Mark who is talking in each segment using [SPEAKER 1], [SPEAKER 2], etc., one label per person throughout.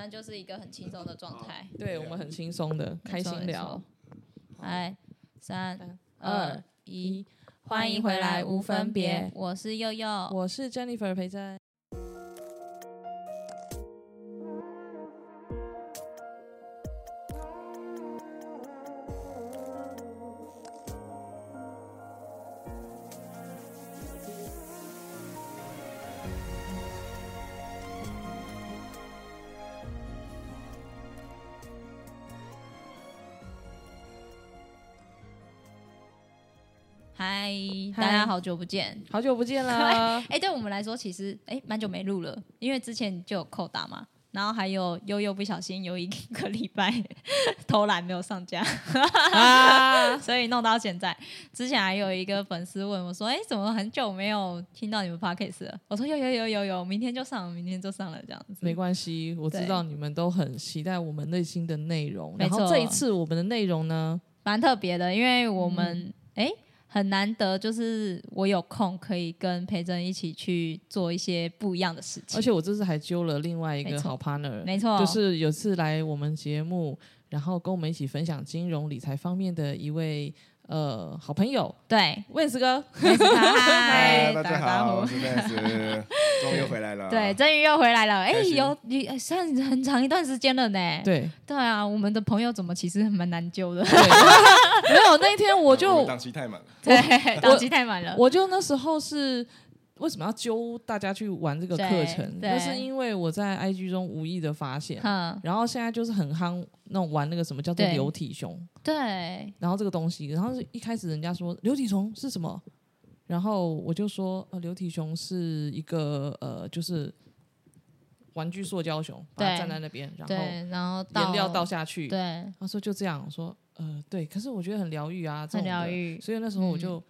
[SPEAKER 1] 正就是一个很轻松的状态。
[SPEAKER 2] 对我们很轻松的，开心聊。
[SPEAKER 1] 来，三
[SPEAKER 2] 三
[SPEAKER 1] 二
[SPEAKER 2] 二
[SPEAKER 1] 一，欢迎回来无分别，我是佑佑，
[SPEAKER 2] 我是 Jennifer 裴珍。
[SPEAKER 1] 嗨，
[SPEAKER 2] 嗨
[SPEAKER 1] 大家好久不见。
[SPEAKER 2] 好久不见 啦！
[SPEAKER 1] 哎、对我们来说，其实哎，蛮、久没录了，因为之前就有扣打嘛，然后还有悠悠不小心有一个礼拜 偷懒没有上架，
[SPEAKER 2] 啊，
[SPEAKER 1] 所以弄到现在。之前还有一个粉丝问我说：“哎、怎么很久没有听到你们 podcast 了？”我说：“有有有有有，明天就上了，明天就上了。”这样子，
[SPEAKER 2] 没关系，我知道你们都很期待我们内心的内容。
[SPEAKER 1] 没
[SPEAKER 2] 然后
[SPEAKER 1] 错
[SPEAKER 2] 这一次我们的内容呢，
[SPEAKER 1] 蛮特别的，因为我们哎、
[SPEAKER 2] 嗯
[SPEAKER 1] 诶很难得，就是我有空可以跟培珍一起去做一些不一样的事情
[SPEAKER 2] 而。且我这次还揪了另外一
[SPEAKER 1] 没
[SPEAKER 2] 个
[SPEAKER 1] 错
[SPEAKER 2] 好 partner，
[SPEAKER 1] 没错，
[SPEAKER 2] 就是有次来我们节目，然后跟我们一起分享金融理财方面的一位呃好朋友
[SPEAKER 1] 对。
[SPEAKER 2] Wins 哥。
[SPEAKER 1] 没事
[SPEAKER 3] 嗨，
[SPEAKER 1] 嗨，
[SPEAKER 3] 大家
[SPEAKER 1] 打
[SPEAKER 3] 好，
[SPEAKER 1] 招
[SPEAKER 3] 我
[SPEAKER 1] 呼。
[SPEAKER 3] 是 Vance，终于回来了。
[SPEAKER 1] 对，，终于又回来了。哎，
[SPEAKER 3] 开心
[SPEAKER 1] 有你哎算很长一段时间了呢。
[SPEAKER 2] 对，
[SPEAKER 1] 对啊，我们的朋友怎么其实蛮难 揪的？
[SPEAKER 2] 对没有那一天我就
[SPEAKER 3] 档期太满了，
[SPEAKER 1] 对，档期太满 了。
[SPEAKER 2] 我就那时候是为什么要揪大家去玩这个课程？
[SPEAKER 1] 对对
[SPEAKER 2] 那是因为我在 IG 中无意的发现，
[SPEAKER 1] 嗯，
[SPEAKER 2] 然后现在就是很夯那种玩那个什么叫做
[SPEAKER 1] 对
[SPEAKER 2] 流体熊，
[SPEAKER 1] 对，
[SPEAKER 2] 然后这个东西，然后是一开始人家说流体熊是什么，然后我就说呃流体熊是一个呃就是玩具塑胶熊，把它
[SPEAKER 1] 对
[SPEAKER 2] 站在那边，然后
[SPEAKER 1] 对，然后
[SPEAKER 2] 颜料倒下去，
[SPEAKER 1] 对，
[SPEAKER 2] 他说就这样，我说呃对，可是我觉得很疗愈啊，这
[SPEAKER 1] 很
[SPEAKER 2] 种的
[SPEAKER 1] 疗愈。
[SPEAKER 2] 所以那时候我
[SPEAKER 1] 嗯
[SPEAKER 2] 就、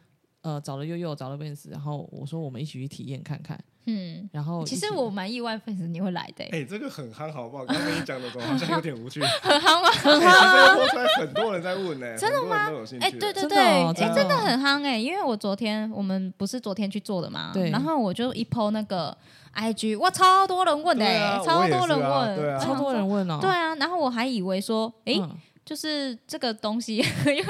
[SPEAKER 2] 呃找了悠悠，找了 Vince，然后我说我们一起去体验看看。
[SPEAKER 1] 嗯，
[SPEAKER 2] 然后
[SPEAKER 1] 其
[SPEAKER 2] 一
[SPEAKER 1] 实
[SPEAKER 2] 起
[SPEAKER 1] 我蛮意外，粉丝你会来的。欸
[SPEAKER 3] 哎，这个很憨，好不好？刚刚你讲的怎么好像有点无 趣？
[SPEAKER 1] 很夯吗？
[SPEAKER 3] 很夯，播 出来很多人在问呢，真的吗？都有兴趣。
[SPEAKER 1] 哎，对对
[SPEAKER 2] 真
[SPEAKER 1] 对，
[SPEAKER 2] 的哦
[SPEAKER 1] 哎，
[SPEAKER 2] 真的
[SPEAKER 1] 真的
[SPEAKER 2] 哦
[SPEAKER 1] 很夯哎，因为我昨天我们不是昨天去做的嘛，
[SPEAKER 2] 对
[SPEAKER 1] 然后我就一 PO 那个 IG，哇，超多人问的
[SPEAKER 3] 对
[SPEAKER 1] 哎
[SPEAKER 3] 啊，
[SPEAKER 1] 超
[SPEAKER 3] 我也是啊
[SPEAKER 1] 多人问，哎
[SPEAKER 3] 对啊
[SPEAKER 2] 超多人问哦，
[SPEAKER 1] 对啊，然后我还以为说，诶，
[SPEAKER 2] 嗯，
[SPEAKER 1] 就是这个东西， 因为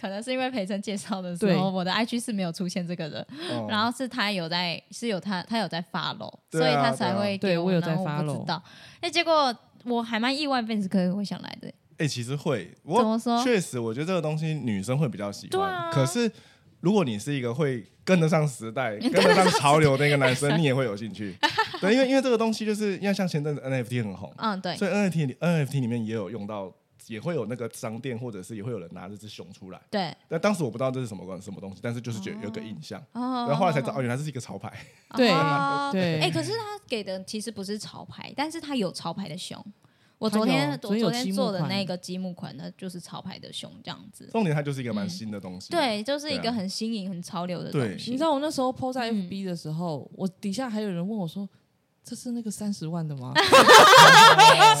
[SPEAKER 1] 可能是因为培生介绍的时
[SPEAKER 2] 对
[SPEAKER 1] 候，我的 IG 是没有出现这个人，
[SPEAKER 3] 哦，
[SPEAKER 1] 然后是他有在，是有他他有在发楼、
[SPEAKER 3] 对
[SPEAKER 1] 所以
[SPEAKER 3] 啊
[SPEAKER 1] 他
[SPEAKER 3] 对
[SPEAKER 1] 才
[SPEAKER 3] 啊
[SPEAKER 1] 会
[SPEAKER 2] 对
[SPEAKER 1] 给
[SPEAKER 2] 我有
[SPEAKER 1] 然后
[SPEAKER 2] 在
[SPEAKER 1] 我不
[SPEAKER 2] follow
[SPEAKER 1] 知道，哎，结果我还蛮意外 v i n 可能会想来的，
[SPEAKER 3] 哎，其实会，
[SPEAKER 1] 怎么
[SPEAKER 3] 我
[SPEAKER 1] 说
[SPEAKER 3] 确实，我觉得这个东西女生会比较喜
[SPEAKER 1] 对啊
[SPEAKER 3] 欢。可是如果你是一个会跟得上 时代、跟得上潮流的一个男生，你也会有兴趣。对，因为因为这个东西，就是因为像前阵子 NFT 很红，
[SPEAKER 1] 嗯，对，
[SPEAKER 3] 所以 NFT 里 NFT 里面也有用到，也会有那个商店，或者是也会有人拿这只熊出来。
[SPEAKER 1] 对，
[SPEAKER 3] 但当时我不知道这是什么关什么东西，但是就是觉得有个印象，
[SPEAKER 1] 哦，
[SPEAKER 3] 然后后来才知道哦，原来这是一个潮牌。
[SPEAKER 2] 对
[SPEAKER 1] 哦
[SPEAKER 2] 对
[SPEAKER 1] 哎，可是他给的其实不是潮牌，但是他有潮牌的熊。我
[SPEAKER 2] 他
[SPEAKER 1] 昨天
[SPEAKER 2] 有
[SPEAKER 1] 我
[SPEAKER 2] 所以有
[SPEAKER 1] 昨天
[SPEAKER 2] 积木
[SPEAKER 1] 做的
[SPEAKER 2] 款
[SPEAKER 1] 那个积木款，那就是潮牌的熊这样子。
[SPEAKER 3] 重点它就是一个蛮新的东西。
[SPEAKER 1] 对，就是一
[SPEAKER 3] 对
[SPEAKER 1] 个
[SPEAKER 3] 啊
[SPEAKER 1] 很新颖、很潮流的
[SPEAKER 3] 对
[SPEAKER 1] 东西。
[SPEAKER 2] 你知道我那时候 PO 在
[SPEAKER 1] 嗯
[SPEAKER 2] FB 的时候，我底下还有人问我说。这是那个三十万的 吗？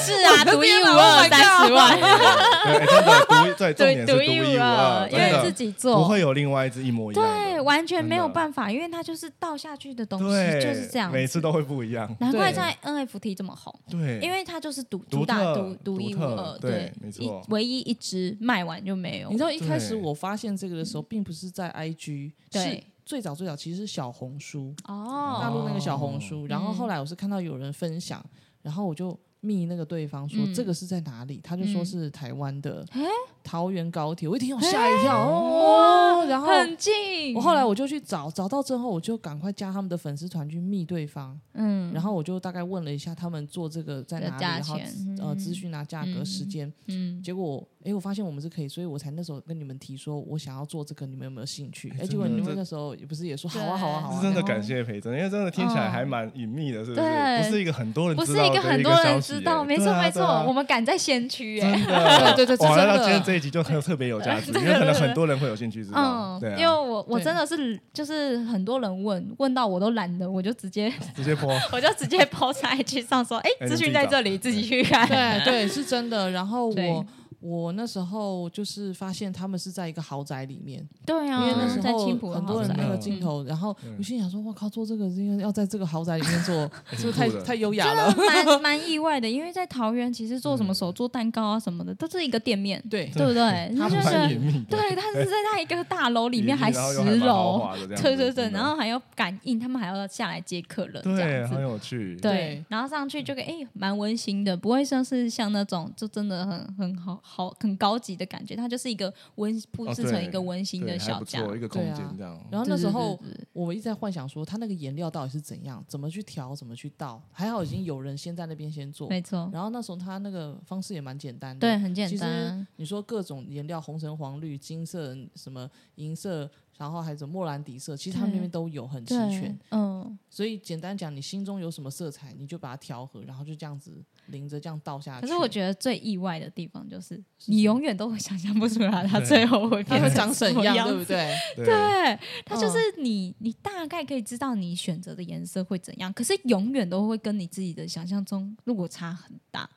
[SPEAKER 1] 是啊，独一无
[SPEAKER 2] Oh
[SPEAKER 1] 二
[SPEAKER 2] my
[SPEAKER 1] 三十
[SPEAKER 2] god
[SPEAKER 1] 万，
[SPEAKER 3] 对，哎 真的独一，对，重点是
[SPEAKER 1] 独
[SPEAKER 3] 独一
[SPEAKER 1] 无
[SPEAKER 3] 无二，
[SPEAKER 1] 因
[SPEAKER 3] 真
[SPEAKER 1] 为自
[SPEAKER 3] 的
[SPEAKER 1] 己
[SPEAKER 3] 不
[SPEAKER 1] 做，
[SPEAKER 3] 会有另外一只一模一样
[SPEAKER 1] 对，
[SPEAKER 3] 的。
[SPEAKER 1] 完全没有
[SPEAKER 3] 真的
[SPEAKER 1] 办法，因为它就是倒下去的东西
[SPEAKER 3] 对，
[SPEAKER 1] 就是这样子，
[SPEAKER 3] 每次都会不一样。
[SPEAKER 1] 难怪
[SPEAKER 2] 对
[SPEAKER 1] 在 NFT 这么红，
[SPEAKER 3] 对，
[SPEAKER 1] 因为它就是独
[SPEAKER 3] 独
[SPEAKER 1] 主打
[SPEAKER 3] 特
[SPEAKER 1] 独
[SPEAKER 3] 独
[SPEAKER 1] 一无
[SPEAKER 3] 特
[SPEAKER 1] 二，
[SPEAKER 3] 对
[SPEAKER 1] 对，
[SPEAKER 3] 没
[SPEAKER 1] 一
[SPEAKER 3] 错
[SPEAKER 1] 唯一一只卖完就没有
[SPEAKER 2] 你，知道一开始
[SPEAKER 3] 对
[SPEAKER 2] 我发现这个的时候，并不是在 IG，是
[SPEAKER 1] 对
[SPEAKER 2] 最早最早其实是小红书，大
[SPEAKER 1] 哦，
[SPEAKER 2] 陆那个小红书。然后后来我是看到有人分享，然后我就密那个对方说
[SPEAKER 1] 嗯
[SPEAKER 2] 这个是在哪里，他就说是台湾的
[SPEAKER 1] 诶
[SPEAKER 2] 桃园高铁，我一听我吓一跳哦，然后
[SPEAKER 1] 很近，
[SPEAKER 2] 我后来我就去找，找到之后我就赶快加他们的粉丝团去密对方，
[SPEAKER 1] 嗯，
[SPEAKER 2] 然后我就大概问了一下他们做这个在
[SPEAKER 1] 的
[SPEAKER 2] 哪里，
[SPEAKER 1] 价
[SPEAKER 2] 然后
[SPEAKER 1] 钱
[SPEAKER 2] 呃资讯啊、价格、
[SPEAKER 1] 嗯
[SPEAKER 2] 时间，
[SPEAKER 1] 嗯，
[SPEAKER 2] 结果哎我发现我们是可以，所以我才那时候跟你们提说我想要做这个，你们有没有兴趣？哎，结果
[SPEAKER 3] 真的
[SPEAKER 2] 你们
[SPEAKER 3] 这
[SPEAKER 2] 那时候也不是也说
[SPEAKER 1] 对
[SPEAKER 2] 好啊好啊好
[SPEAKER 1] 是
[SPEAKER 3] 是
[SPEAKER 2] 啊
[SPEAKER 3] 真，的感谢培珍，因为真的听起来还蛮隐秘的，是不是？
[SPEAKER 1] 哦对
[SPEAKER 3] 不是一个很多人
[SPEAKER 1] 不
[SPEAKER 3] 知
[SPEAKER 1] 是
[SPEAKER 3] 道的
[SPEAKER 1] 一
[SPEAKER 3] 一
[SPEAKER 1] 个很多人知
[SPEAKER 3] 啊
[SPEAKER 1] 道，没错没错，我
[SPEAKER 3] 们
[SPEAKER 1] 们赶在先驱哎，
[SPEAKER 3] 真 的
[SPEAKER 2] 对对对这
[SPEAKER 3] 啊哇，
[SPEAKER 2] 真的
[SPEAKER 3] 那今天这一集就特特别有价值，因为可能很多人会有兴趣知道，
[SPEAKER 1] 嗯
[SPEAKER 3] 对，
[SPEAKER 1] 因为
[SPEAKER 3] 啊，
[SPEAKER 1] 我我
[SPEAKER 2] 对
[SPEAKER 1] 真的是就是很多人问问到我都懒得，我就直接
[SPEAKER 3] 直接播。
[SPEAKER 1] 我就直接抛在 IG 上说，哎、
[SPEAKER 3] 哎
[SPEAKER 2] 啊
[SPEAKER 1] 资讯在这里，自己去看。
[SPEAKER 2] 对对是真的。然后
[SPEAKER 1] 对
[SPEAKER 2] 我我那时候就是发现他们是在一个豪宅里面，
[SPEAKER 1] 对啊，
[SPEAKER 2] 因为那时
[SPEAKER 1] 在
[SPEAKER 2] 候
[SPEAKER 1] 青浦
[SPEAKER 2] 很多人
[SPEAKER 1] 豪宅
[SPEAKER 2] 那个
[SPEAKER 3] 嗯
[SPEAKER 2] 镜头，然后
[SPEAKER 3] 嗯
[SPEAKER 2] 我心想说：“我靠，做这个是因为要在这个豪宅里面做， 是不是
[SPEAKER 3] 挺
[SPEAKER 2] 太
[SPEAKER 3] 酷的
[SPEAKER 2] 太优雅了
[SPEAKER 1] 真的蛮 蛮意外的，因为在桃园其实做什么手做蛋糕啊什么的，都是一个店面？”，
[SPEAKER 2] 对，
[SPEAKER 1] 对不对？
[SPEAKER 3] 嗯
[SPEAKER 1] 你
[SPEAKER 2] 他
[SPEAKER 1] 就
[SPEAKER 2] 们
[SPEAKER 1] 觉
[SPEAKER 3] 蛮
[SPEAKER 1] 得
[SPEAKER 3] 严密的，
[SPEAKER 1] 对，但是在那一个大楼里
[SPEAKER 3] 隐
[SPEAKER 1] 面
[SPEAKER 3] 秘
[SPEAKER 1] 还
[SPEAKER 3] 然后
[SPEAKER 1] 十
[SPEAKER 3] 又蛮豪
[SPEAKER 1] 楼，
[SPEAKER 3] 华的这样子
[SPEAKER 1] 对对对，
[SPEAKER 3] 真的
[SPEAKER 1] 然后还要感应，他们还要下来接客人这
[SPEAKER 3] 对，
[SPEAKER 1] 样
[SPEAKER 3] 很
[SPEAKER 1] 子。
[SPEAKER 3] 有趣。
[SPEAKER 1] 对
[SPEAKER 2] 对，
[SPEAKER 1] 然后上去就给哎，蛮温馨的，不会像是像那种就真的很很好好很高级的感觉，它就是一个温布
[SPEAKER 3] 哦
[SPEAKER 1] 置成
[SPEAKER 3] 对
[SPEAKER 1] 一个温馨
[SPEAKER 3] 对
[SPEAKER 1] 的
[SPEAKER 3] 还
[SPEAKER 1] 小
[SPEAKER 3] 不
[SPEAKER 1] 家。
[SPEAKER 3] 错，一个空
[SPEAKER 2] 对啊
[SPEAKER 3] 间这样。
[SPEAKER 2] 然后那时候
[SPEAKER 1] 对对对对
[SPEAKER 2] 我一直在幻想说，他那个颜料到底是怎样，怎么去调，怎么去倒。还好已经有人先在那边先做。
[SPEAKER 1] 没错，
[SPEAKER 2] 然后那时候他那个方式也蛮简单的，
[SPEAKER 1] 对，，很简
[SPEAKER 2] 其
[SPEAKER 1] 单啊
[SPEAKER 2] 实，你说各种颜料，红橙黄绿、金色、什么银色，然后还有什么莫兰迪色，其实他们那边都有很齐
[SPEAKER 1] 对
[SPEAKER 2] 全。，
[SPEAKER 1] 嗯，
[SPEAKER 2] 所以简单讲，你心中有什么色彩，你就把它调和，然后就这样子淋着这样倒下
[SPEAKER 1] 可
[SPEAKER 2] 去。
[SPEAKER 1] 是我觉得最意外的地方就是，
[SPEAKER 2] 啊是
[SPEAKER 1] 你
[SPEAKER 2] 什么
[SPEAKER 1] 永远都会想象不出来它
[SPEAKER 3] 对
[SPEAKER 1] 最后会
[SPEAKER 2] 它
[SPEAKER 1] 变
[SPEAKER 2] 会
[SPEAKER 1] 成
[SPEAKER 2] 长
[SPEAKER 1] 什
[SPEAKER 2] 怎
[SPEAKER 1] 么
[SPEAKER 2] 样，
[SPEAKER 1] 样
[SPEAKER 2] 对不
[SPEAKER 1] 子？
[SPEAKER 2] 对？
[SPEAKER 3] 对，
[SPEAKER 1] 对，它就
[SPEAKER 2] 嗯
[SPEAKER 1] 是你，你大概可以知道你选择的颜色会怎样，可是永远都会跟你自己的想象中落差很大，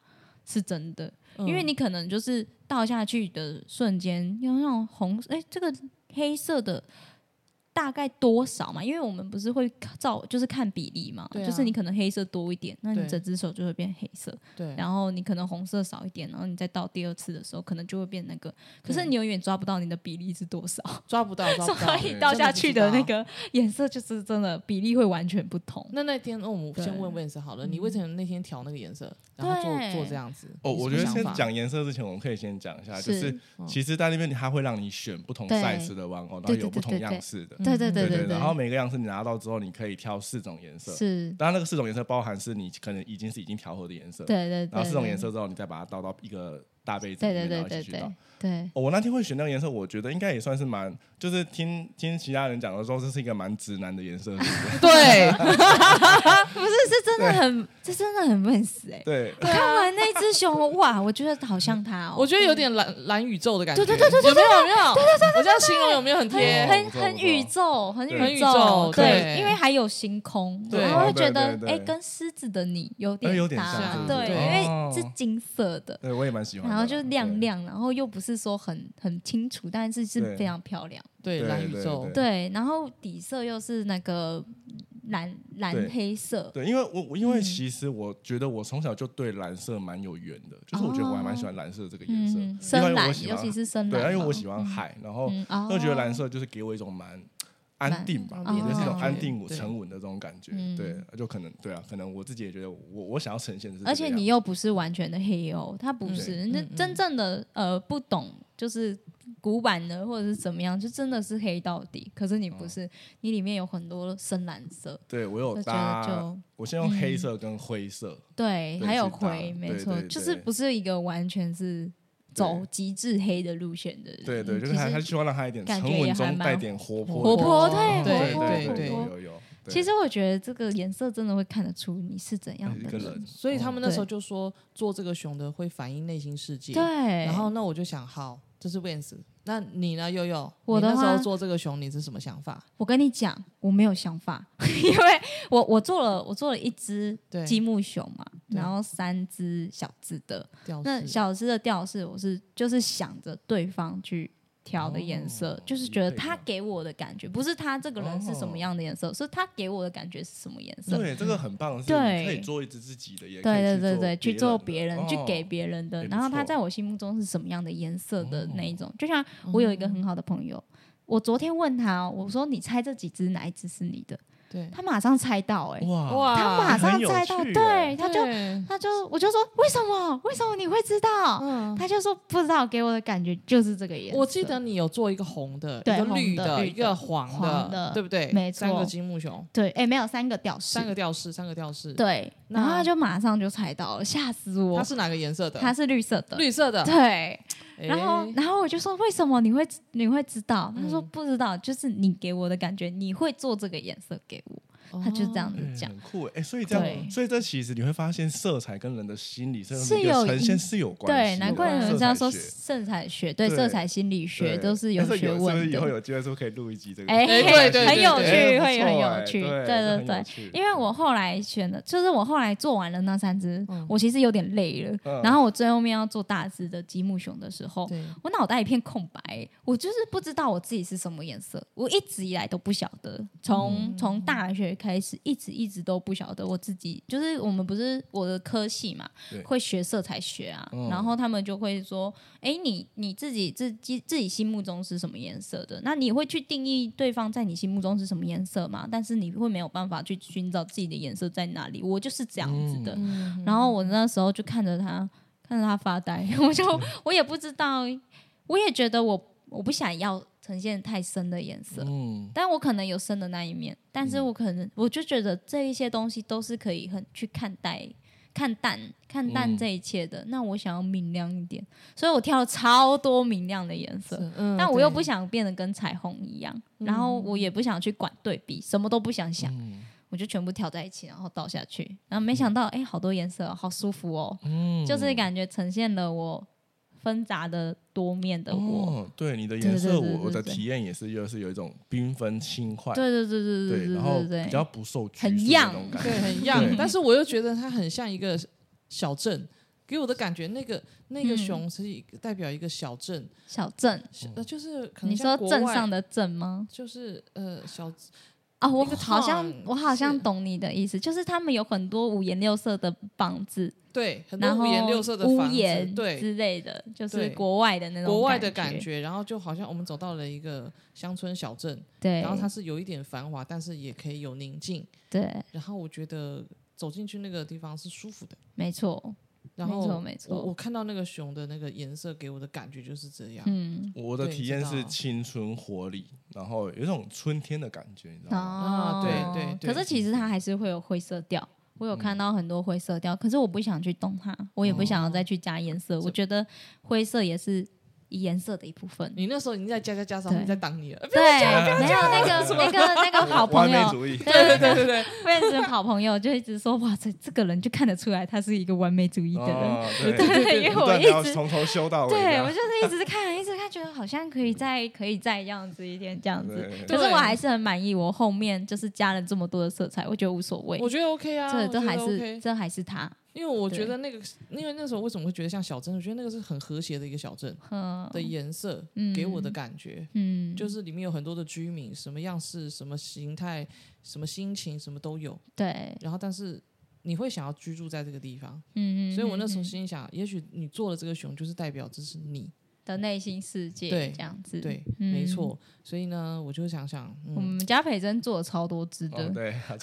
[SPEAKER 1] 是真的。 因为
[SPEAKER 2] 嗯
[SPEAKER 1] 你可能就是倒下去的瞬间，有那种红，哎、这个黑色的大概多少嘛？因为我们不是会照，就是看比例嘛，
[SPEAKER 2] 对啊
[SPEAKER 1] 就是你可能黑色多一点，那你
[SPEAKER 2] 对
[SPEAKER 1] 整只手就会变黑色，
[SPEAKER 2] 对，
[SPEAKER 1] 然后你可能红色少一点，然后你再倒第二次的时候，可能就会变那个，可是
[SPEAKER 2] 对
[SPEAKER 1] 你永远抓不到你的比例是多少，
[SPEAKER 2] 抓不到，抓不
[SPEAKER 1] 所
[SPEAKER 2] 到。
[SPEAKER 1] 以倒下去的那个 颜色就是真的比例会完全不同。
[SPEAKER 2] 那那天，那我们
[SPEAKER 1] 对嗯
[SPEAKER 2] 先问问是好了，你为什么那天调那个颜色，然后做
[SPEAKER 1] 对
[SPEAKER 2] 做这样子？
[SPEAKER 3] 哦，
[SPEAKER 2] 你什
[SPEAKER 3] 我
[SPEAKER 2] 么
[SPEAKER 3] 觉得
[SPEAKER 2] 想
[SPEAKER 3] 先
[SPEAKER 2] 法
[SPEAKER 3] 讲颜色之前，我们可以先讲一下，就是是其实在那边它会让你选不同
[SPEAKER 1] 对
[SPEAKER 3] size 的玩偶，然后
[SPEAKER 1] 对对
[SPEAKER 3] 有不
[SPEAKER 1] 对
[SPEAKER 3] 同
[SPEAKER 1] 对
[SPEAKER 3] 样
[SPEAKER 1] 对
[SPEAKER 3] 式的，
[SPEAKER 1] 对对对
[SPEAKER 3] 对
[SPEAKER 1] 对，
[SPEAKER 3] 然后每个样式你拿到之后，你可以挑四种颜色，
[SPEAKER 1] 是，
[SPEAKER 3] 当然那个四种颜色包含是你可能已经是已经调和的颜色，
[SPEAKER 1] 对对
[SPEAKER 3] 然
[SPEAKER 1] 对，
[SPEAKER 3] 后四种颜，色之后，你再把它倒到一个大杯子里
[SPEAKER 1] 对对
[SPEAKER 3] 面，然
[SPEAKER 1] 对
[SPEAKER 3] 后一
[SPEAKER 1] 对
[SPEAKER 3] 起去倒
[SPEAKER 1] 对。对。
[SPEAKER 3] 哦我那天会选那个颜色，我觉得应该也算是蛮，就是听听其他人讲的时候，这是一个蛮直男的颜色，是不是
[SPEAKER 2] 对，
[SPEAKER 1] 啊不是，是真的很，这真的很闷死哎、
[SPEAKER 3] 对，
[SPEAKER 1] 我看完那只熊，哇，我觉得好像它哦，
[SPEAKER 2] 我觉得有点蓝蓝宇宙的感觉，
[SPEAKER 1] 对对对对对
[SPEAKER 2] 有没有？有没有？对对对我这样形容有没有很
[SPEAKER 3] 对
[SPEAKER 2] 贴？
[SPEAKER 1] 很
[SPEAKER 3] 不错
[SPEAKER 1] 很
[SPEAKER 3] 不错
[SPEAKER 1] 宇宙，很
[SPEAKER 3] 对
[SPEAKER 1] 宇
[SPEAKER 3] 很
[SPEAKER 2] 宇
[SPEAKER 1] 宙
[SPEAKER 2] 宙，
[SPEAKER 1] 对，
[SPEAKER 2] 对
[SPEAKER 1] 因为还有星空，
[SPEAKER 2] 对
[SPEAKER 1] 然后会觉得
[SPEAKER 3] 对对对
[SPEAKER 1] 哎，跟狮子的你有
[SPEAKER 3] 哎有
[SPEAKER 1] 点
[SPEAKER 3] 点
[SPEAKER 1] 搭
[SPEAKER 2] 像，
[SPEAKER 1] 对，
[SPEAKER 2] 是不是
[SPEAKER 1] 因为
[SPEAKER 3] 哦
[SPEAKER 1] 是金色的，
[SPEAKER 3] 对我也蛮喜欢的。啊
[SPEAKER 1] 然后就是亮
[SPEAKER 3] 对
[SPEAKER 1] 亮，然后又不是说很很清楚，但是是
[SPEAKER 3] 对
[SPEAKER 1] 非常漂亮，
[SPEAKER 2] 对
[SPEAKER 3] 对
[SPEAKER 2] 蓝
[SPEAKER 3] 对
[SPEAKER 2] 宇宙
[SPEAKER 3] 对，
[SPEAKER 1] 对，然后底色又是那个蓝蓝
[SPEAKER 3] 对
[SPEAKER 1] 黑色，
[SPEAKER 3] 对，因为我我因为
[SPEAKER 1] 嗯
[SPEAKER 3] 其实我觉得我从小就对蓝色蛮有缘的，就是我觉得我还蛮喜欢蓝色这个颜色，
[SPEAKER 1] 嗯，
[SPEAKER 3] 因为
[SPEAKER 1] 深蓝
[SPEAKER 3] 我，喜
[SPEAKER 1] 尤
[SPEAKER 3] 欢啊
[SPEAKER 1] 其是深
[SPEAKER 3] 对，
[SPEAKER 1] 蓝嘛，
[SPEAKER 3] 因为我喜欢海，然后
[SPEAKER 1] 嗯，哦
[SPEAKER 3] 就觉得蓝色就是给我一种蛮安定吧，我
[SPEAKER 1] 蛮
[SPEAKER 3] 觉得是一种
[SPEAKER 1] 哦
[SPEAKER 3] 安定
[SPEAKER 2] 对
[SPEAKER 3] 沉稳的这种感觉
[SPEAKER 1] 嗯。
[SPEAKER 3] 对，就可能对啊，可能我自己也觉得我我想要呈现的是这
[SPEAKER 1] 而
[SPEAKER 3] 个样子，
[SPEAKER 1] 且你又不是完全的黑哦，它不是，
[SPEAKER 2] 嗯
[SPEAKER 1] 那
[SPEAKER 2] 嗯嗯
[SPEAKER 1] 真正的呃不懂就是古板的或者是怎么样，就真的是黑到底。可是你
[SPEAKER 3] 哦
[SPEAKER 1] 不是，你里面有很多深蓝色，
[SPEAKER 3] 对我有
[SPEAKER 1] 我觉得
[SPEAKER 3] 搭，
[SPEAKER 1] 就嗯
[SPEAKER 3] 我先用黑色跟灰色，
[SPEAKER 1] 对，
[SPEAKER 3] 对
[SPEAKER 1] 还有
[SPEAKER 3] 是搭
[SPEAKER 1] 灰，没
[SPEAKER 3] 对
[SPEAKER 1] 错，
[SPEAKER 3] 对对
[SPEAKER 1] 就是不是一个完全是走
[SPEAKER 3] 对
[SPEAKER 1] 极致黑的路线的人，
[SPEAKER 3] 对对，就是
[SPEAKER 1] 嗯其
[SPEAKER 3] 他
[SPEAKER 1] 实
[SPEAKER 3] 他希望让他一点
[SPEAKER 1] 感
[SPEAKER 3] 沉
[SPEAKER 1] 觉也还
[SPEAKER 3] 稳中
[SPEAKER 1] 蛮
[SPEAKER 3] 带点活泼的，
[SPEAKER 1] 活泼，
[SPEAKER 2] 对
[SPEAKER 1] 对
[SPEAKER 3] 对
[SPEAKER 1] 活泼
[SPEAKER 2] 对
[SPEAKER 3] 对
[SPEAKER 1] 活
[SPEAKER 3] 对，
[SPEAKER 1] 泼
[SPEAKER 3] 有有有。对
[SPEAKER 1] 其实我觉得这个颜色真的会看得出你是怎样
[SPEAKER 3] 一
[SPEAKER 1] 的
[SPEAKER 3] 个人，
[SPEAKER 2] 所以他们那时候
[SPEAKER 1] 对
[SPEAKER 2] 就说做这个熊的会反映内心世界。
[SPEAKER 1] 对，
[SPEAKER 2] 然后那我就想，好，这是 Vans，那你呢，悠悠？
[SPEAKER 1] 我的
[SPEAKER 2] 你
[SPEAKER 1] 话
[SPEAKER 2] 那时候做这个熊，你是什么想法？
[SPEAKER 1] 我跟你讲，我没有想法， 因为我我做了我做了一只
[SPEAKER 2] 对
[SPEAKER 1] 积木熊嘛，
[SPEAKER 2] 对
[SPEAKER 1] 然后三只小只的。
[SPEAKER 2] 调
[SPEAKER 1] 那
[SPEAKER 2] 式
[SPEAKER 1] 小只的调式，我是就是想着对方去调的颜色，
[SPEAKER 3] 哦
[SPEAKER 1] 就是觉得
[SPEAKER 3] 匹配
[SPEAKER 1] 他
[SPEAKER 3] 的
[SPEAKER 1] 给我的感觉，不是他这个人是
[SPEAKER 3] 哦
[SPEAKER 1] 什么样的颜色，是他给我的感觉是什么颜色。
[SPEAKER 3] 对，这个很棒，是
[SPEAKER 1] 对
[SPEAKER 3] 你可以做一只自己的，也可以
[SPEAKER 1] 对对对对，去
[SPEAKER 3] 去
[SPEAKER 1] 做
[SPEAKER 3] 做
[SPEAKER 1] 别人，
[SPEAKER 3] 的
[SPEAKER 1] 去给
[SPEAKER 3] 哦
[SPEAKER 1] 别人的
[SPEAKER 3] 也，不
[SPEAKER 1] 然后他
[SPEAKER 3] 错哦
[SPEAKER 1] 在我心目中是什么样的颜色的那一种，就像
[SPEAKER 2] 哦
[SPEAKER 1] 我有一个很好的朋友，我昨天问他哦，我说你猜这几只哪一只是你的？
[SPEAKER 2] 对，
[SPEAKER 1] 他马上猜到、欸，哎，
[SPEAKER 3] 哇
[SPEAKER 2] 哇
[SPEAKER 1] 他马上猜到，
[SPEAKER 3] 很有趣
[SPEAKER 1] 对，
[SPEAKER 3] 欸
[SPEAKER 1] 他就
[SPEAKER 2] 对
[SPEAKER 1] 他就我就说为什么？为什么你会知道？
[SPEAKER 2] 嗯，
[SPEAKER 1] 他就说不知道，给我的感觉就是这个颜色。
[SPEAKER 2] 我记得你有做一个红的，
[SPEAKER 1] 对
[SPEAKER 2] 一个绿
[SPEAKER 1] 红的绿
[SPEAKER 2] 一个黄
[SPEAKER 1] 黄的
[SPEAKER 2] 对不对？
[SPEAKER 1] 没错
[SPEAKER 2] 三个积木熊，
[SPEAKER 1] 对，哎、没有三个吊饰，
[SPEAKER 2] 三个吊饰，三个吊饰。
[SPEAKER 1] 对，
[SPEAKER 2] 那
[SPEAKER 1] 然后他就马上就猜到了，吓死我！
[SPEAKER 2] 它是哪个颜色的？
[SPEAKER 1] 它是绿色的，
[SPEAKER 2] 绿色的。
[SPEAKER 1] 对。
[SPEAKER 2] 哎
[SPEAKER 1] 然后，然后我就说为什么你会你会知道？他说
[SPEAKER 2] 嗯
[SPEAKER 1] 不知道，就是你给我的感觉，你会做这个颜色给我。
[SPEAKER 2] 哦
[SPEAKER 1] 他就这样子
[SPEAKER 3] 嗯
[SPEAKER 1] 讲。
[SPEAKER 3] 很酷哎、欸所以这样，
[SPEAKER 1] 对
[SPEAKER 3] 所以这其实你会发现色彩跟人的心理色
[SPEAKER 1] 是
[SPEAKER 3] 彩
[SPEAKER 1] 有嗯
[SPEAKER 3] 呈现是有关系
[SPEAKER 1] 对，
[SPEAKER 3] 的，
[SPEAKER 1] 难怪有人这样说色
[SPEAKER 3] 色彩学
[SPEAKER 1] 彩学，对
[SPEAKER 3] 对
[SPEAKER 1] 色彩心理学
[SPEAKER 3] 对
[SPEAKER 1] 都是
[SPEAKER 3] 但
[SPEAKER 1] 学
[SPEAKER 3] 是不
[SPEAKER 1] 问
[SPEAKER 3] 是以
[SPEAKER 1] 的
[SPEAKER 3] 后。有机会是不是可以录一集这个？
[SPEAKER 1] 哎
[SPEAKER 3] 色彩
[SPEAKER 2] 对
[SPEAKER 3] 学
[SPEAKER 2] 对
[SPEAKER 1] 很
[SPEAKER 2] 对
[SPEAKER 1] 有
[SPEAKER 2] 对
[SPEAKER 1] 趣，
[SPEAKER 2] 哎
[SPEAKER 1] 会很
[SPEAKER 3] 不错
[SPEAKER 1] 有
[SPEAKER 3] 哎
[SPEAKER 1] 趣，
[SPEAKER 3] 对
[SPEAKER 1] 对
[SPEAKER 3] 这很有
[SPEAKER 1] 对。
[SPEAKER 3] 趣
[SPEAKER 1] 因为我后来选的，就是我后来做完了那三只
[SPEAKER 2] 嗯，
[SPEAKER 1] 我其实有点累
[SPEAKER 3] 嗯
[SPEAKER 1] 了。然后我最后面要做大只的积木熊的时候，
[SPEAKER 2] 哦对，
[SPEAKER 1] 我脑袋一片空白，我就是不知道我自己是什么颜色，我一直以来都不晓得，从从大学开始，一直一直都不晓得我自己，就是我们不是我的科系嘛
[SPEAKER 3] 对，
[SPEAKER 1] 会学色彩学啊，
[SPEAKER 3] 嗯
[SPEAKER 1] 然后他们就会说，哎、你你自己自己自己心目中是什么颜色的？那你会去定义对方在你心目中是什么颜色吗？但是你会没有办法去寻找自己的颜色在哪里，我就是这样子的，
[SPEAKER 3] 嗯
[SPEAKER 1] 然后我那时候就看着他，看着他发呆， 我就我也不知道，我也觉得我我不想要呈现太深的颜色，
[SPEAKER 3] 嗯，
[SPEAKER 1] 但我可能有深的那一面，但是我可能我就觉得这一些东西都是可以很去看待、看淡、看淡
[SPEAKER 3] 嗯
[SPEAKER 1] 这一切的。那我想要明亮一点，所以我挑了超多明亮的颜色。
[SPEAKER 2] 嗯
[SPEAKER 1] 但我又不，想变得跟彩虹一样，
[SPEAKER 3] 嗯
[SPEAKER 1] 然后我也不想去管对比，什么都不想想，我就全部调在一起，然后倒下去。然后没想
[SPEAKER 3] 嗯
[SPEAKER 1] 到，哎、好多颜色哦、好舒服哦，就是感觉呈现了我纷杂的多面的我。
[SPEAKER 3] 哦，对你的
[SPEAKER 1] 对
[SPEAKER 3] 颜
[SPEAKER 1] 对
[SPEAKER 3] 色，
[SPEAKER 1] 对
[SPEAKER 3] 我
[SPEAKER 1] 对
[SPEAKER 3] 我的
[SPEAKER 1] 对
[SPEAKER 3] 体验也是，又是有一种缤纷轻快，
[SPEAKER 1] 对对对对
[SPEAKER 3] 对，
[SPEAKER 1] 对
[SPEAKER 3] 然后
[SPEAKER 1] 对对
[SPEAKER 3] 比
[SPEAKER 1] 对
[SPEAKER 3] 较，不受拘
[SPEAKER 1] 很
[SPEAKER 3] 束的那
[SPEAKER 1] young
[SPEAKER 3] 种感
[SPEAKER 2] 对
[SPEAKER 3] 觉，
[SPEAKER 2] 对，很
[SPEAKER 3] 对
[SPEAKER 2] 样，但是我又觉得它很像一个小镇。给我的感觉，那个那个
[SPEAKER 1] 嗯
[SPEAKER 2] 熊是一个代表一个小镇，
[SPEAKER 1] 小镇。
[SPEAKER 2] 小呃，就是可能
[SPEAKER 1] 你
[SPEAKER 2] 像
[SPEAKER 1] 说
[SPEAKER 2] 国
[SPEAKER 1] 镇
[SPEAKER 2] 外
[SPEAKER 1] 上的镇吗？
[SPEAKER 2] 就是呃小
[SPEAKER 1] 啊、我
[SPEAKER 2] 一个
[SPEAKER 1] 好像
[SPEAKER 2] town，
[SPEAKER 1] 我好像
[SPEAKER 2] 是
[SPEAKER 1] 懂你的意思，就是他们有很多五颜六色的房子，
[SPEAKER 2] 对，很多
[SPEAKER 1] 然后
[SPEAKER 2] 五颜六色的
[SPEAKER 1] 屋
[SPEAKER 2] 房子，
[SPEAKER 1] 檐
[SPEAKER 2] 对，
[SPEAKER 1] 之类的，就是
[SPEAKER 2] 对
[SPEAKER 1] 国外的那种
[SPEAKER 2] 国外的
[SPEAKER 1] 感
[SPEAKER 2] 感，觉，然后就好像我们走到了一个乡村小镇，
[SPEAKER 1] 对，
[SPEAKER 2] 然后它是有一点繁华，但是也可以有宁静。
[SPEAKER 1] 对，
[SPEAKER 2] 然后我觉得走进去那个地方是舒服的。
[SPEAKER 1] 没错，
[SPEAKER 2] 然后
[SPEAKER 1] 没错没错
[SPEAKER 2] 我我看到那个熊的那个颜色，给我的感觉就是这样。
[SPEAKER 1] 嗯
[SPEAKER 3] 我的
[SPEAKER 2] 对
[SPEAKER 3] 体
[SPEAKER 2] 知
[SPEAKER 3] 验
[SPEAKER 2] 道
[SPEAKER 3] 是青春活力，然后有一种春天的感觉，你知道吗？
[SPEAKER 1] 哦
[SPEAKER 2] 啊对对对嗯
[SPEAKER 1] 可是其实它还是会有灰色调，我有看到很多灰色调，可是我不想去动它，我也不想要
[SPEAKER 2] 哦
[SPEAKER 1] 再去加颜色，我觉得灰色也是颜色的一部分。
[SPEAKER 2] 你那时候已经在加加加上，
[SPEAKER 1] 对
[SPEAKER 2] 在挡你了。 呃
[SPEAKER 1] 对，没有那 个那个那个哦好
[SPEAKER 3] 完
[SPEAKER 1] 朋
[SPEAKER 3] 美
[SPEAKER 1] 友，
[SPEAKER 3] 主义，
[SPEAKER 1] 对
[SPEAKER 2] 对对对，
[SPEAKER 1] 认识好朋友就一直说哇，这这个人就看得出来他是一个完美主义的人。
[SPEAKER 3] 哦
[SPEAKER 1] 对
[SPEAKER 3] 对，
[SPEAKER 1] 对对，因为
[SPEAKER 3] 不
[SPEAKER 1] 我
[SPEAKER 3] 断
[SPEAKER 1] 一
[SPEAKER 3] 地要
[SPEAKER 1] 直
[SPEAKER 3] 从头修到尾这
[SPEAKER 1] 对，我
[SPEAKER 3] 样，
[SPEAKER 1] 就是一直看，一直看，觉得好像可以再可以再这样子一点，这样子。
[SPEAKER 3] 对
[SPEAKER 1] 可是
[SPEAKER 2] 对
[SPEAKER 1] 我还是很满意，我后面就是加了这么多的色彩，我觉得无所谓。
[SPEAKER 2] 我觉得 OK 啊，
[SPEAKER 1] 这
[SPEAKER 2] 我
[SPEAKER 1] 这
[SPEAKER 2] 觉
[SPEAKER 1] 还
[SPEAKER 2] 得
[SPEAKER 1] 是
[SPEAKER 2] OK
[SPEAKER 1] 这还是他，
[SPEAKER 2] 因为我
[SPEAKER 1] 对
[SPEAKER 2] 觉得那个，因为那时候为什么会觉得像小镇？我觉得那个是很和谐的一个小镇
[SPEAKER 1] 嗯
[SPEAKER 2] 的颜色，
[SPEAKER 1] 嗯
[SPEAKER 2] 给我的感觉。
[SPEAKER 1] 嗯，
[SPEAKER 2] 就是里面有很多的居民，什么样式、什么形态、什么心情，什么都有。
[SPEAKER 1] 对，
[SPEAKER 2] 然后，但是你会想要居住在这个地方，
[SPEAKER 1] 嗯，
[SPEAKER 2] 所以我那时候
[SPEAKER 1] 嗯嗯
[SPEAKER 2] 心里想，也许你做了这个熊，就是代表这是你，
[SPEAKER 1] 的内心世界，
[SPEAKER 2] 对
[SPEAKER 1] 这样子，，
[SPEAKER 2] 对，
[SPEAKER 1] 嗯
[SPEAKER 2] 没错。所以呢，我就想想，
[SPEAKER 1] 我
[SPEAKER 2] 嗯，
[SPEAKER 1] 们家培真做了超多只
[SPEAKER 3] 哦
[SPEAKER 1] 的，
[SPEAKER 3] 对，他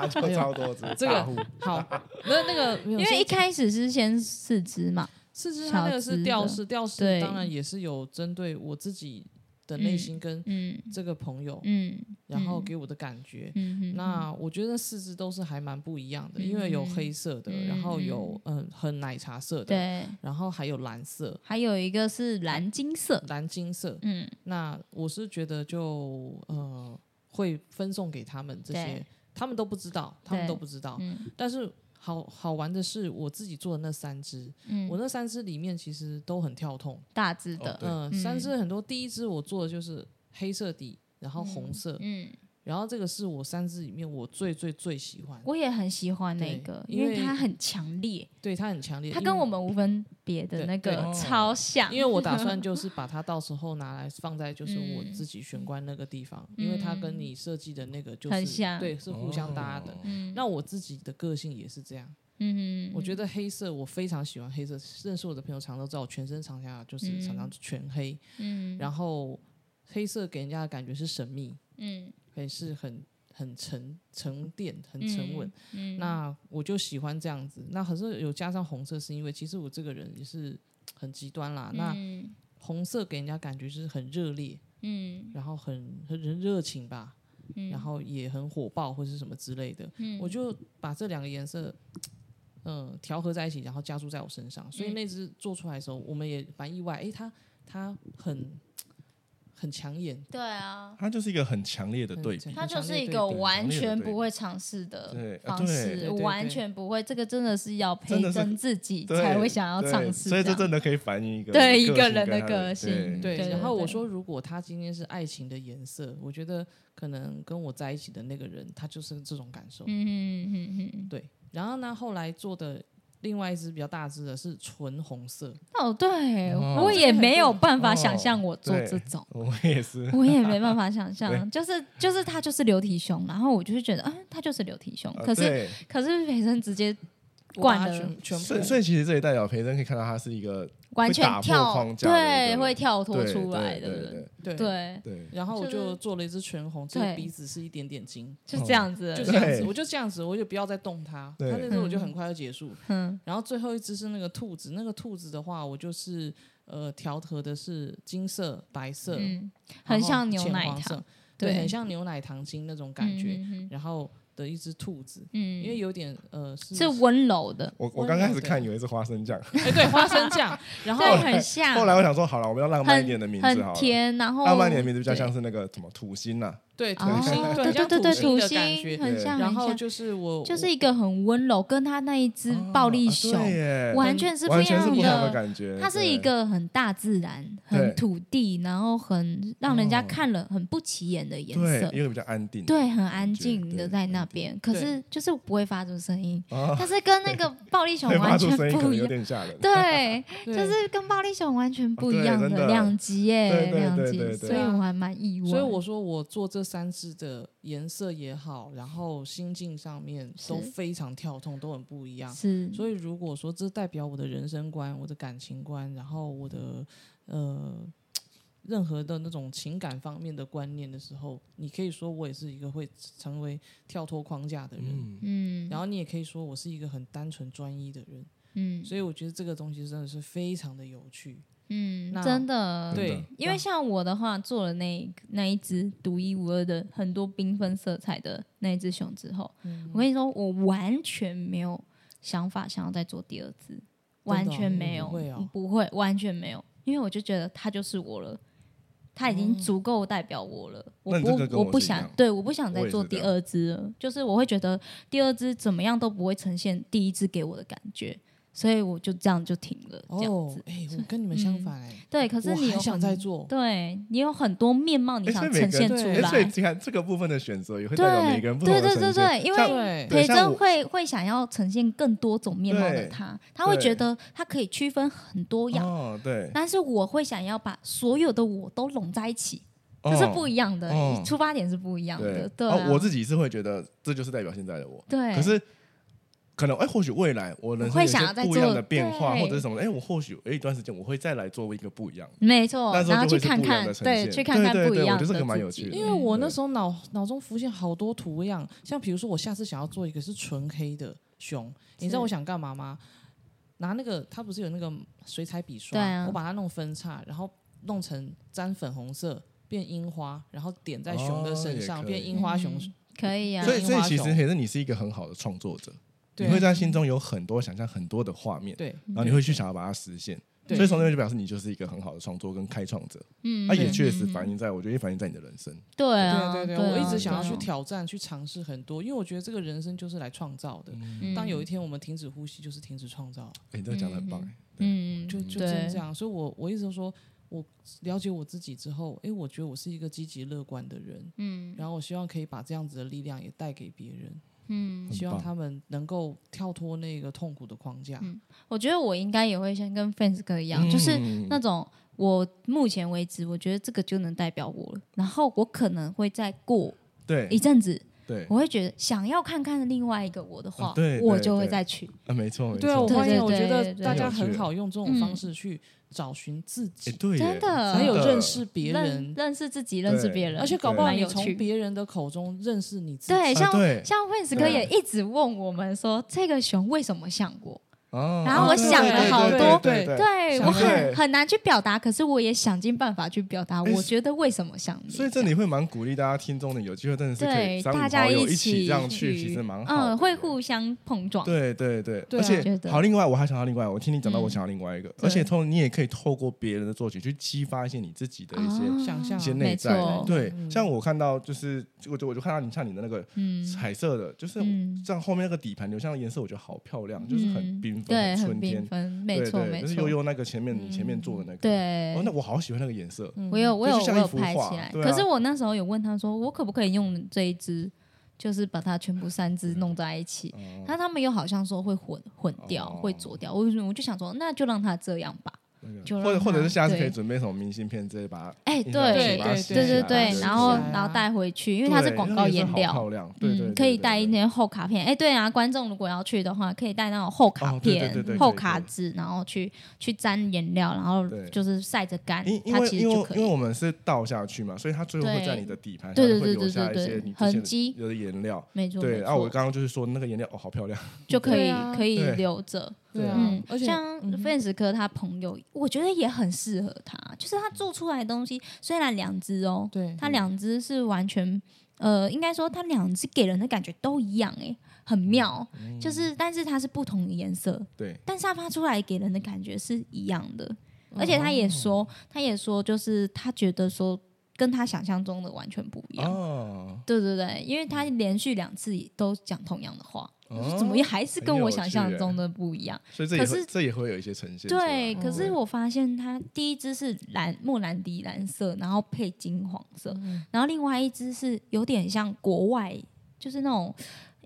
[SPEAKER 1] 哎
[SPEAKER 3] 就 就超多只
[SPEAKER 2] 这
[SPEAKER 3] 大
[SPEAKER 2] 个
[SPEAKER 3] 户，
[SPEAKER 2] 好，那 那个因
[SPEAKER 1] 因为一开始是先四只嘛，
[SPEAKER 2] 四肢它那个
[SPEAKER 1] 小只
[SPEAKER 2] 是
[SPEAKER 1] 的
[SPEAKER 2] 吊饰，吊饰
[SPEAKER 1] 对
[SPEAKER 2] 当然也是有针对我自己的内心跟
[SPEAKER 1] 嗯
[SPEAKER 2] 这个朋友，
[SPEAKER 1] 嗯
[SPEAKER 2] 然后给我的感觉，
[SPEAKER 1] 嗯嗯，
[SPEAKER 2] 那我觉得四只都是还蛮不一样的，因为有黑色的，
[SPEAKER 1] 嗯
[SPEAKER 2] 然后有嗯很奶茶色的，
[SPEAKER 1] 对，
[SPEAKER 2] 然后还有蓝色、
[SPEAKER 1] 还有一个是蓝金色，
[SPEAKER 2] 蓝金色。
[SPEAKER 1] 嗯，
[SPEAKER 2] 那我是觉得就呃会分送给他们这些
[SPEAKER 1] 对，
[SPEAKER 2] 他们都不知道，他们都不知道。
[SPEAKER 1] 嗯
[SPEAKER 2] 但是好好玩的是，我自己做的那三只，
[SPEAKER 1] 嗯
[SPEAKER 2] 我那三只里面其实都很跳痛。
[SPEAKER 1] 大只的，
[SPEAKER 3] 对
[SPEAKER 2] 嗯，三只很多，第一只我做的就是黑色底，然后红色，
[SPEAKER 1] 嗯，
[SPEAKER 2] 然后这个是我三只里面我最最最喜欢，
[SPEAKER 1] 我也很喜欢那
[SPEAKER 2] 对
[SPEAKER 1] 个，
[SPEAKER 2] 因
[SPEAKER 1] 因为
[SPEAKER 2] 为
[SPEAKER 1] 它很强烈，
[SPEAKER 2] 对它很强烈。
[SPEAKER 1] 它
[SPEAKER 2] 因
[SPEAKER 1] 跟
[SPEAKER 2] 为
[SPEAKER 1] 我们无 分别的
[SPEAKER 2] 对
[SPEAKER 1] 那个
[SPEAKER 2] 对
[SPEAKER 3] 哦
[SPEAKER 1] 超像，
[SPEAKER 2] 因为我打算就是把它到时候拿来放在就是我
[SPEAKER 1] 嗯
[SPEAKER 2] 自己玄关那个地方，因为它跟你设计的那个就是
[SPEAKER 1] 很像
[SPEAKER 2] 对，是互相搭的。
[SPEAKER 1] 嗯
[SPEAKER 2] 那我自己的个性也是这样，
[SPEAKER 1] 嗯，
[SPEAKER 2] 我觉得黑色我非常喜欢黑色，认识我的朋友常都知道我全身上下就是常常全黑，
[SPEAKER 1] 嗯
[SPEAKER 2] 然后黑色给人家的感觉是神秘，
[SPEAKER 1] 嗯
[SPEAKER 2] 也是很很沉沉淀、很沉稳。
[SPEAKER 1] 嗯
[SPEAKER 2] 那我就喜欢这样子。那可是有加上红色，是因为其实我这个人也是很极端啦。那
[SPEAKER 1] 嗯
[SPEAKER 2] 红色给人家感觉就是很热烈，
[SPEAKER 1] 嗯
[SPEAKER 2] 然后很很很热情吧，
[SPEAKER 1] 嗯
[SPEAKER 2] 然后也很火爆或是什么之类的。
[SPEAKER 1] 嗯
[SPEAKER 2] 我就把这两个颜色，嗯、调和在一起，然后加注在我身上。所以
[SPEAKER 1] 嗯
[SPEAKER 2] 那只做出来的时候，我们也蛮意外，诶，它它很很抢眼，
[SPEAKER 1] 对啊，
[SPEAKER 3] 它就是一个很强烈的对比
[SPEAKER 2] 很。
[SPEAKER 1] 它就是一
[SPEAKER 2] 强烈对
[SPEAKER 1] 个
[SPEAKER 2] 比
[SPEAKER 1] 完全不会尝试的
[SPEAKER 3] 对
[SPEAKER 1] 方
[SPEAKER 3] 对
[SPEAKER 1] 式
[SPEAKER 2] 对，对
[SPEAKER 1] 完全不会。这个真的是要培
[SPEAKER 3] 真的是
[SPEAKER 1] 根自己
[SPEAKER 3] 对
[SPEAKER 1] 才会想要
[SPEAKER 3] 对
[SPEAKER 1] 尝试，
[SPEAKER 3] 所以这
[SPEAKER 1] 样
[SPEAKER 3] 真的可以反映一个
[SPEAKER 1] 对
[SPEAKER 3] 性
[SPEAKER 1] 一个人的
[SPEAKER 3] 跟他
[SPEAKER 1] 个性对
[SPEAKER 3] 对
[SPEAKER 1] 对
[SPEAKER 2] 然后
[SPEAKER 1] 对
[SPEAKER 2] 我说，如果他今天是爱情的颜色，我觉得可能跟我在一起的那个人，他就是这种感受。
[SPEAKER 1] 嗯嗯嗯嗯，
[SPEAKER 2] 对，然后呢，后来做的另外一只比较大只的是纯红色，
[SPEAKER 1] 哦，对
[SPEAKER 3] 哦
[SPEAKER 1] 我也没有办法
[SPEAKER 3] 哦
[SPEAKER 1] 想象我做
[SPEAKER 3] 对
[SPEAKER 1] 这种。
[SPEAKER 3] 我也是，
[SPEAKER 1] 我也没办法想象，就是就是他就是流体胸，然后我就会觉得，啊，他就是流体胸。
[SPEAKER 3] 啊
[SPEAKER 1] 可是
[SPEAKER 3] 对
[SPEAKER 1] 可是培生直接
[SPEAKER 2] 我把
[SPEAKER 1] 惯
[SPEAKER 2] 它
[SPEAKER 1] 了
[SPEAKER 2] 全全
[SPEAKER 3] 所以
[SPEAKER 2] 部
[SPEAKER 3] 所以其实这一代表培真可以看到他是一个
[SPEAKER 1] 完全
[SPEAKER 3] 会打破
[SPEAKER 1] 跳，
[SPEAKER 3] 框架的一个
[SPEAKER 1] 对，
[SPEAKER 3] 人
[SPEAKER 1] 会跳脱
[SPEAKER 3] 对
[SPEAKER 1] 出来
[SPEAKER 3] 对对
[SPEAKER 1] 的，
[SPEAKER 3] 对
[SPEAKER 2] 对
[SPEAKER 1] 对，
[SPEAKER 3] 对
[SPEAKER 2] 然后我
[SPEAKER 1] 就是
[SPEAKER 2] 就做了一只全红，只有
[SPEAKER 1] 对
[SPEAKER 2] 鼻子是一点点金，
[SPEAKER 3] 哦
[SPEAKER 1] 就这样子，
[SPEAKER 2] 就这样 子，
[SPEAKER 3] 对
[SPEAKER 2] 我就这样子，我就不要再动它。
[SPEAKER 3] 对
[SPEAKER 2] 它那只我就很快就结束。
[SPEAKER 1] 嗯，
[SPEAKER 2] 然后最后一只是那个兔子，那个兔子的话，我就是呃调和的是金色、白色，
[SPEAKER 1] 嗯，
[SPEAKER 2] 然
[SPEAKER 1] 很
[SPEAKER 2] 后
[SPEAKER 1] 像牛
[SPEAKER 2] 浅
[SPEAKER 1] 奶
[SPEAKER 2] 黄色
[SPEAKER 1] 糖，，
[SPEAKER 2] 对，
[SPEAKER 1] 对
[SPEAKER 2] 很像牛奶糖精那种感觉。
[SPEAKER 1] 嗯，
[SPEAKER 2] 然后的一只兔子，
[SPEAKER 1] 嗯
[SPEAKER 2] 因为有点呃是
[SPEAKER 1] 是温柔 的，
[SPEAKER 3] 我我刚开始
[SPEAKER 2] 对
[SPEAKER 3] 看以为是花生酱，
[SPEAKER 2] 哎对花生 酱，然后
[SPEAKER 1] 对，很像。
[SPEAKER 3] 后来我想说好了，我们要浪漫一点的名字好
[SPEAKER 1] 很
[SPEAKER 3] 了，
[SPEAKER 1] 甜，然后
[SPEAKER 3] 浪漫一点的名字比较
[SPEAKER 1] 对
[SPEAKER 3] 像是那个什么土星呐，
[SPEAKER 2] 对土
[SPEAKER 1] 哦
[SPEAKER 2] 星，
[SPEAKER 1] 对
[SPEAKER 2] 很像
[SPEAKER 1] 对对，
[SPEAKER 2] 星
[SPEAKER 1] 土
[SPEAKER 2] 的感觉
[SPEAKER 1] 星。很
[SPEAKER 3] 对
[SPEAKER 1] 像，
[SPEAKER 2] 然
[SPEAKER 1] 很
[SPEAKER 2] 后
[SPEAKER 1] 像，
[SPEAKER 2] 就是我
[SPEAKER 1] 就是一个很温柔，跟他那一只
[SPEAKER 3] 哦
[SPEAKER 1] 暴力
[SPEAKER 3] 啊
[SPEAKER 1] 熊
[SPEAKER 3] 对耶
[SPEAKER 1] 完全是不
[SPEAKER 3] 完
[SPEAKER 1] 一
[SPEAKER 3] 全是
[SPEAKER 1] 样
[SPEAKER 3] 不同的
[SPEAKER 1] 的。
[SPEAKER 3] 感觉。
[SPEAKER 1] 它是一
[SPEAKER 3] 对
[SPEAKER 1] 个很大自然、
[SPEAKER 3] 对
[SPEAKER 1] 很土地，然后很让人家
[SPEAKER 3] 哦
[SPEAKER 1] 看了很不起眼的颜
[SPEAKER 3] 对
[SPEAKER 1] 色，
[SPEAKER 3] 一个比较安定，
[SPEAKER 1] 对，很安
[SPEAKER 3] 觉
[SPEAKER 1] 静的
[SPEAKER 3] 对
[SPEAKER 1] 在那
[SPEAKER 3] 安定
[SPEAKER 1] 边，可是就是不会发出声音，
[SPEAKER 3] 啊，
[SPEAKER 1] 但是跟那 个暴力熊
[SPEAKER 3] 对发
[SPEAKER 1] 完
[SPEAKER 3] 出
[SPEAKER 1] 全
[SPEAKER 3] 声音可
[SPEAKER 1] 不
[SPEAKER 3] 能
[SPEAKER 1] 一
[SPEAKER 3] 有
[SPEAKER 1] 样。
[SPEAKER 3] 点吓人。
[SPEAKER 1] 对，
[SPEAKER 2] 对
[SPEAKER 1] 就是跟暴力熊完全不
[SPEAKER 3] 对
[SPEAKER 1] 一样
[SPEAKER 3] 真的
[SPEAKER 1] 两极耶
[SPEAKER 3] 对，对
[SPEAKER 1] 两
[SPEAKER 3] 对
[SPEAKER 1] 极，
[SPEAKER 3] 对对
[SPEAKER 1] 所以我还蛮意外。
[SPEAKER 2] 所以我说我做这三只的颜色也好，然后心境上面都
[SPEAKER 1] 是
[SPEAKER 2] 非常跳痛，都很不一样。
[SPEAKER 1] 是
[SPEAKER 2] 所以如果说这代表我的人生观、我的感情观，然后我的呃任何的那种情感方面的观念的时候，你可以说我也是一个会成为跳脱框架的人，
[SPEAKER 3] 嗯，
[SPEAKER 1] 嗯
[SPEAKER 2] 然后你也可以说我是一个很单纯专一的人。
[SPEAKER 1] 嗯
[SPEAKER 2] 所以我觉得这个东西真的是非常的有趣。
[SPEAKER 1] 嗯，
[SPEAKER 2] 那
[SPEAKER 1] 真的
[SPEAKER 3] 真的
[SPEAKER 2] 对，
[SPEAKER 1] 因为像我的话，做了那一那一只独一无二的很多缤纷色彩的那一只熊之后，
[SPEAKER 2] 嗯
[SPEAKER 1] 我跟你说，我完全没有想法想要再做第二只，完全没有，
[SPEAKER 2] 哦你不会哦
[SPEAKER 1] 不会完全没有，因为我就觉得它就是我了。它已经
[SPEAKER 2] 嗯
[SPEAKER 1] 足够代表我了，
[SPEAKER 3] 那你
[SPEAKER 1] 不
[SPEAKER 3] 这个跟
[SPEAKER 1] 我
[SPEAKER 3] 我
[SPEAKER 1] 不
[SPEAKER 3] 是一
[SPEAKER 1] 想
[SPEAKER 3] 样，
[SPEAKER 1] 对，我不想
[SPEAKER 3] 我
[SPEAKER 1] 再
[SPEAKER 3] 也
[SPEAKER 1] 做
[SPEAKER 3] 是
[SPEAKER 1] 第
[SPEAKER 3] 这样
[SPEAKER 1] 二只了。就是我会觉得第二只怎么样都不会呈现第一只给我的感觉，所以我就这样就停了，这样
[SPEAKER 2] 哦
[SPEAKER 1] 子。，嗯
[SPEAKER 2] 哎、我跟你们相反哎、
[SPEAKER 1] 对，可是
[SPEAKER 2] 我
[SPEAKER 1] 你有
[SPEAKER 2] 还想
[SPEAKER 1] 很
[SPEAKER 2] 再做，
[SPEAKER 1] 对你有很多面貌，你
[SPEAKER 3] 诶所以
[SPEAKER 1] 想
[SPEAKER 3] 每
[SPEAKER 1] 呈
[SPEAKER 3] 个
[SPEAKER 1] 现
[SPEAKER 2] 人
[SPEAKER 1] 出
[SPEAKER 2] 对
[SPEAKER 3] 哎，
[SPEAKER 1] 来。
[SPEAKER 3] 所以你看这个部分的选择也会代表每个人不同
[SPEAKER 1] 对
[SPEAKER 3] 的
[SPEAKER 1] 对
[SPEAKER 3] 呈
[SPEAKER 1] 对
[SPEAKER 3] 现
[SPEAKER 1] 对，因
[SPEAKER 3] 像
[SPEAKER 1] 为
[SPEAKER 2] 对
[SPEAKER 3] 对
[SPEAKER 1] 培
[SPEAKER 3] 像
[SPEAKER 1] 真
[SPEAKER 3] 我
[SPEAKER 1] 会会想要呈现更多种面貌的
[SPEAKER 3] 对
[SPEAKER 1] 他，他会
[SPEAKER 3] 对
[SPEAKER 1] 觉得他可以区分很多样，
[SPEAKER 3] 哦，对，
[SPEAKER 1] 但是我会想要把所有的我都拢在一起，这是
[SPEAKER 3] 哦
[SPEAKER 1] 不一样的，
[SPEAKER 3] 哦
[SPEAKER 1] 出发点是不一样的。对啊
[SPEAKER 3] 哦，我自己是会觉得这就是代表现在的我。
[SPEAKER 1] 对，
[SPEAKER 3] 可是可能哎，或许未来我人生
[SPEAKER 1] 会
[SPEAKER 3] 有一些
[SPEAKER 1] 想要再
[SPEAKER 3] 不一样
[SPEAKER 1] 做
[SPEAKER 3] 的变化
[SPEAKER 1] 对
[SPEAKER 3] 或者是什么，哎，我或许哎一段时间我会再来做一个不一样的。
[SPEAKER 1] 没错
[SPEAKER 3] 那，时候
[SPEAKER 1] 然后
[SPEAKER 3] 就
[SPEAKER 1] 去
[SPEAKER 3] 会
[SPEAKER 1] 看
[SPEAKER 3] 是不一样
[SPEAKER 1] 看
[SPEAKER 3] 的，呈
[SPEAKER 1] 对，
[SPEAKER 3] 现
[SPEAKER 1] 去看看
[SPEAKER 3] 对对
[SPEAKER 1] 不一
[SPEAKER 3] 对
[SPEAKER 1] 样
[SPEAKER 3] 我觉得这个蛮
[SPEAKER 1] 自
[SPEAKER 3] 有
[SPEAKER 1] 己嗯
[SPEAKER 3] 趣的
[SPEAKER 2] 因为我那
[SPEAKER 3] 对
[SPEAKER 2] 时候脑脑中浮现好多图样，像比如说我下次想要做一个是纯黑的熊，你知道我想干嘛吗？拿那个它不是有那个水彩笔刷，
[SPEAKER 1] 对啊
[SPEAKER 2] 我把它弄分叉，然后弄成沾粉红色变樱花，然后点在熊的身上、
[SPEAKER 3] 哦也可以
[SPEAKER 2] 变樱花熊。
[SPEAKER 1] 嗯可以啊，
[SPEAKER 3] 所以，
[SPEAKER 2] 樱
[SPEAKER 3] 所以
[SPEAKER 2] 花
[SPEAKER 3] 其实
[SPEAKER 2] 熊
[SPEAKER 3] 其实你是一个很好的创作者，你
[SPEAKER 2] 对
[SPEAKER 3] 会在心中有很多想象很多的画面，
[SPEAKER 2] 对
[SPEAKER 3] 然后你会去想要把它实现。
[SPEAKER 2] 对
[SPEAKER 3] 所以从那边就表示你就是一个很好的创作跟开创者，
[SPEAKER 1] 嗯
[SPEAKER 3] 它啊也确实
[SPEAKER 1] 嗯
[SPEAKER 3] 反映在，我觉得也反映在你的人生。
[SPEAKER 1] 对
[SPEAKER 2] 对
[SPEAKER 1] 啊，
[SPEAKER 2] 啊对
[SPEAKER 1] 啊
[SPEAKER 2] 啊，我一直想要
[SPEAKER 1] 对
[SPEAKER 2] 去
[SPEAKER 1] 啊
[SPEAKER 2] 挑战、去尝试很多，因为我觉得这个人生就是来创造的。
[SPEAKER 1] 嗯
[SPEAKER 2] 当有一天我们停止呼吸，就是停止创造。
[SPEAKER 3] 哎，你这个讲的很棒，哎
[SPEAKER 1] 嗯，
[SPEAKER 2] 就就
[SPEAKER 1] 对
[SPEAKER 2] 真这样。所以我我一直都说，我了解我自己之后，诶，我觉得我是一个积极乐观的人，嗯，然后我希望可以把这样子的力量也带给别人，
[SPEAKER 1] 嗯，
[SPEAKER 2] 希望
[SPEAKER 3] 很棒
[SPEAKER 2] 他们能够跳脱那个痛苦的框架。
[SPEAKER 1] 嗯我觉得我应该也会像跟 fans 哥一样，
[SPEAKER 3] 嗯
[SPEAKER 1] 就是那种我目前为止，我觉得这个就能代表我了。然后我可能会再过一
[SPEAKER 3] 对
[SPEAKER 1] 阵子，
[SPEAKER 3] 对
[SPEAKER 1] 我会觉得想要看看另外一个我的话，
[SPEAKER 3] 啊对对
[SPEAKER 1] 我就会再去。
[SPEAKER 3] 啊，没错没
[SPEAKER 2] 对啊，
[SPEAKER 3] 错
[SPEAKER 2] 我，发现我
[SPEAKER 1] 对
[SPEAKER 2] 觉
[SPEAKER 1] 对
[SPEAKER 2] 得
[SPEAKER 1] 对对
[SPEAKER 2] 大家
[SPEAKER 3] 很有
[SPEAKER 2] 很
[SPEAKER 3] 趣
[SPEAKER 2] 好用这种
[SPEAKER 1] 嗯
[SPEAKER 2] 方式去找寻自
[SPEAKER 3] 哎
[SPEAKER 2] 己，
[SPEAKER 3] 对耶，
[SPEAKER 1] 真的
[SPEAKER 2] 还有
[SPEAKER 3] 真的
[SPEAKER 2] 认识别
[SPEAKER 1] 认
[SPEAKER 2] 人，
[SPEAKER 1] 认识自己，认识别人，
[SPEAKER 2] 而且搞不好
[SPEAKER 1] 蛮
[SPEAKER 2] 你
[SPEAKER 1] 有
[SPEAKER 2] 从
[SPEAKER 1] 趣。
[SPEAKER 2] 别人的口中认识你自己。
[SPEAKER 1] 对，像
[SPEAKER 3] 啊对
[SPEAKER 1] 像 fans 哥
[SPEAKER 3] 对
[SPEAKER 1] 也一直问我们说，这个熊为什么像我？
[SPEAKER 3] 哦
[SPEAKER 1] 然后我
[SPEAKER 3] 对
[SPEAKER 1] 想
[SPEAKER 3] 对
[SPEAKER 1] 了
[SPEAKER 3] 对
[SPEAKER 1] 好
[SPEAKER 3] 对
[SPEAKER 1] 多
[SPEAKER 3] 对对
[SPEAKER 1] 对
[SPEAKER 2] 想
[SPEAKER 1] 我
[SPEAKER 3] 对
[SPEAKER 1] 很很难去表达，可是我也想尽办法去表达，
[SPEAKER 3] 诶
[SPEAKER 1] 我觉得为什么想你。
[SPEAKER 3] 所以这里会蛮鼓励大家听众的，有机会真的是可以
[SPEAKER 1] 嗯对
[SPEAKER 3] 三五
[SPEAKER 1] 大
[SPEAKER 3] 好
[SPEAKER 1] 家
[SPEAKER 3] 友
[SPEAKER 1] 起
[SPEAKER 3] 起这样去，其实蛮好的。
[SPEAKER 1] 嗯，会互相碰撞。
[SPEAKER 3] 对对对，
[SPEAKER 2] 对啊
[SPEAKER 3] 而
[SPEAKER 1] 觉
[SPEAKER 3] 且
[SPEAKER 1] 得
[SPEAKER 3] 好，另外我还想到另外，我听你讲到，
[SPEAKER 1] 嗯
[SPEAKER 3] 我想到另外一个，而且通你也可以透过别人的作曲去激发一些你自己的一些
[SPEAKER 1] 啊
[SPEAKER 2] 想象
[SPEAKER 3] 一些
[SPEAKER 2] 啊
[SPEAKER 3] 内
[SPEAKER 1] 没
[SPEAKER 3] 在的
[SPEAKER 1] 错。
[SPEAKER 3] 对，
[SPEAKER 2] 嗯
[SPEAKER 3] 像我看到就是，我就我就看到你像你的那个
[SPEAKER 1] 嗯
[SPEAKER 3] 彩色的，就是
[SPEAKER 1] 嗯，
[SPEAKER 3] 像后面那个底盘留下的颜色，我觉得好漂亮， 就是很
[SPEAKER 1] 嗯
[SPEAKER 3] 缤纷，
[SPEAKER 1] 对，很
[SPEAKER 3] 春天
[SPEAKER 1] 缤。纷，没
[SPEAKER 3] 对
[SPEAKER 1] 错
[SPEAKER 3] 对，
[SPEAKER 1] 没
[SPEAKER 3] 就是悠
[SPEAKER 1] 错。嗯
[SPEAKER 3] 悠那个前面你前面做的那个，，
[SPEAKER 1] 对嗯
[SPEAKER 3] 哦，，那我好喜欢那个颜色，
[SPEAKER 1] 我
[SPEAKER 2] 嗯
[SPEAKER 1] 有我有
[SPEAKER 3] 就像
[SPEAKER 1] 我
[SPEAKER 3] 一
[SPEAKER 1] 有
[SPEAKER 3] 幅
[SPEAKER 1] 拍
[SPEAKER 3] 画
[SPEAKER 1] 起来，
[SPEAKER 3] 对
[SPEAKER 1] 可
[SPEAKER 3] 啊
[SPEAKER 1] 是我那时候有问他说，我可不可以用这一支，就是把它全部三支弄在一起？
[SPEAKER 3] 嗯
[SPEAKER 1] 那他们又好像说会混混掉，
[SPEAKER 3] 哦
[SPEAKER 1] 会浊掉。我就我就想说，那就让它这样吧。
[SPEAKER 3] 那
[SPEAKER 1] 就
[SPEAKER 3] 个
[SPEAKER 1] 让
[SPEAKER 3] 或者或者是下次可以
[SPEAKER 1] 对
[SPEAKER 3] 准备什么明信片之类，把它
[SPEAKER 1] 哎，
[SPEAKER 3] 印上去
[SPEAKER 1] 对
[SPEAKER 2] 对
[SPEAKER 3] 把它
[SPEAKER 2] 对
[SPEAKER 3] 写
[SPEAKER 1] 对
[SPEAKER 3] 起
[SPEAKER 1] 对
[SPEAKER 3] 来
[SPEAKER 1] 对，
[SPEAKER 2] 对
[SPEAKER 1] 然后
[SPEAKER 2] 对啊
[SPEAKER 1] 然后带回去，因为
[SPEAKER 3] 对
[SPEAKER 1] 它是广
[SPEAKER 3] 那
[SPEAKER 1] 告
[SPEAKER 3] 个
[SPEAKER 1] 颜
[SPEAKER 3] 颜色好漂
[SPEAKER 1] 料。
[SPEAKER 3] 亮，对对，
[SPEAKER 1] 嗯
[SPEAKER 3] 对，
[SPEAKER 1] 可以带一。
[SPEAKER 3] 对对
[SPEAKER 1] 些厚卡片。哎，对啊，观众如果要去的话，可以带那种厚卡
[SPEAKER 3] 哦对对对
[SPEAKER 1] 片
[SPEAKER 3] 对对、对
[SPEAKER 1] 厚卡纸，然后去去沾颜料，然后
[SPEAKER 3] 对
[SPEAKER 1] 就是晒着干
[SPEAKER 3] 因，因
[SPEAKER 1] 它
[SPEAKER 3] 为
[SPEAKER 1] 其实
[SPEAKER 3] 因
[SPEAKER 1] 就
[SPEAKER 3] 为
[SPEAKER 1] 可
[SPEAKER 3] 因为
[SPEAKER 1] 以。
[SPEAKER 3] 我们是倒下去嘛，所以它最后会在你的底盘上
[SPEAKER 1] 对对
[SPEAKER 3] 面会
[SPEAKER 1] 对
[SPEAKER 3] 留下一
[SPEAKER 1] 对对
[SPEAKER 3] 些
[SPEAKER 1] 对
[SPEAKER 3] 你之
[SPEAKER 1] 痕
[SPEAKER 3] 前
[SPEAKER 1] 迹
[SPEAKER 3] 的颜料。
[SPEAKER 1] 没错，
[SPEAKER 3] 对，
[SPEAKER 1] 没
[SPEAKER 3] 然后我
[SPEAKER 1] 错
[SPEAKER 3] 刚刚就是说那个颜料哦，好漂亮，
[SPEAKER 1] 就可
[SPEAKER 2] 对
[SPEAKER 1] 以
[SPEAKER 2] 啊
[SPEAKER 1] 可以
[SPEAKER 3] 对
[SPEAKER 1] 留着。
[SPEAKER 2] 对啊
[SPEAKER 1] 嗯，，
[SPEAKER 2] 而且
[SPEAKER 1] 像
[SPEAKER 2] 嗯哼
[SPEAKER 1] 费斯科他朋友，我觉得也很适合他，就是他做出来的东西，虽然两只哦，
[SPEAKER 2] 对
[SPEAKER 1] 他两只是完全。呃，应该说它两只给人的感觉都一样、诶，很妙，
[SPEAKER 3] 嗯
[SPEAKER 1] 就是但是它是不同的颜色，
[SPEAKER 3] 对，
[SPEAKER 1] 但是它发出来给人的感觉是一样的，
[SPEAKER 3] 哦
[SPEAKER 1] 而且他也说，他也说就是他觉得说跟他想象中的完全不一样，
[SPEAKER 3] 哦，
[SPEAKER 1] 对对对，因为他连续两次都讲同样的话，
[SPEAKER 3] 哦
[SPEAKER 1] 怎么还是跟
[SPEAKER 3] 很有
[SPEAKER 1] 我想象
[SPEAKER 3] 趣欸
[SPEAKER 1] 中的不一样？
[SPEAKER 3] 所以这也
[SPEAKER 1] 可
[SPEAKER 3] 会
[SPEAKER 1] 是
[SPEAKER 3] 这也会有一些呈现出来。哦
[SPEAKER 1] 对，可是
[SPEAKER 3] 对
[SPEAKER 1] 我发现它第一只是蓝莫兰迪蓝色，然后配金黄色，
[SPEAKER 3] 嗯
[SPEAKER 1] 然后另外一只是有点像国外，就是那种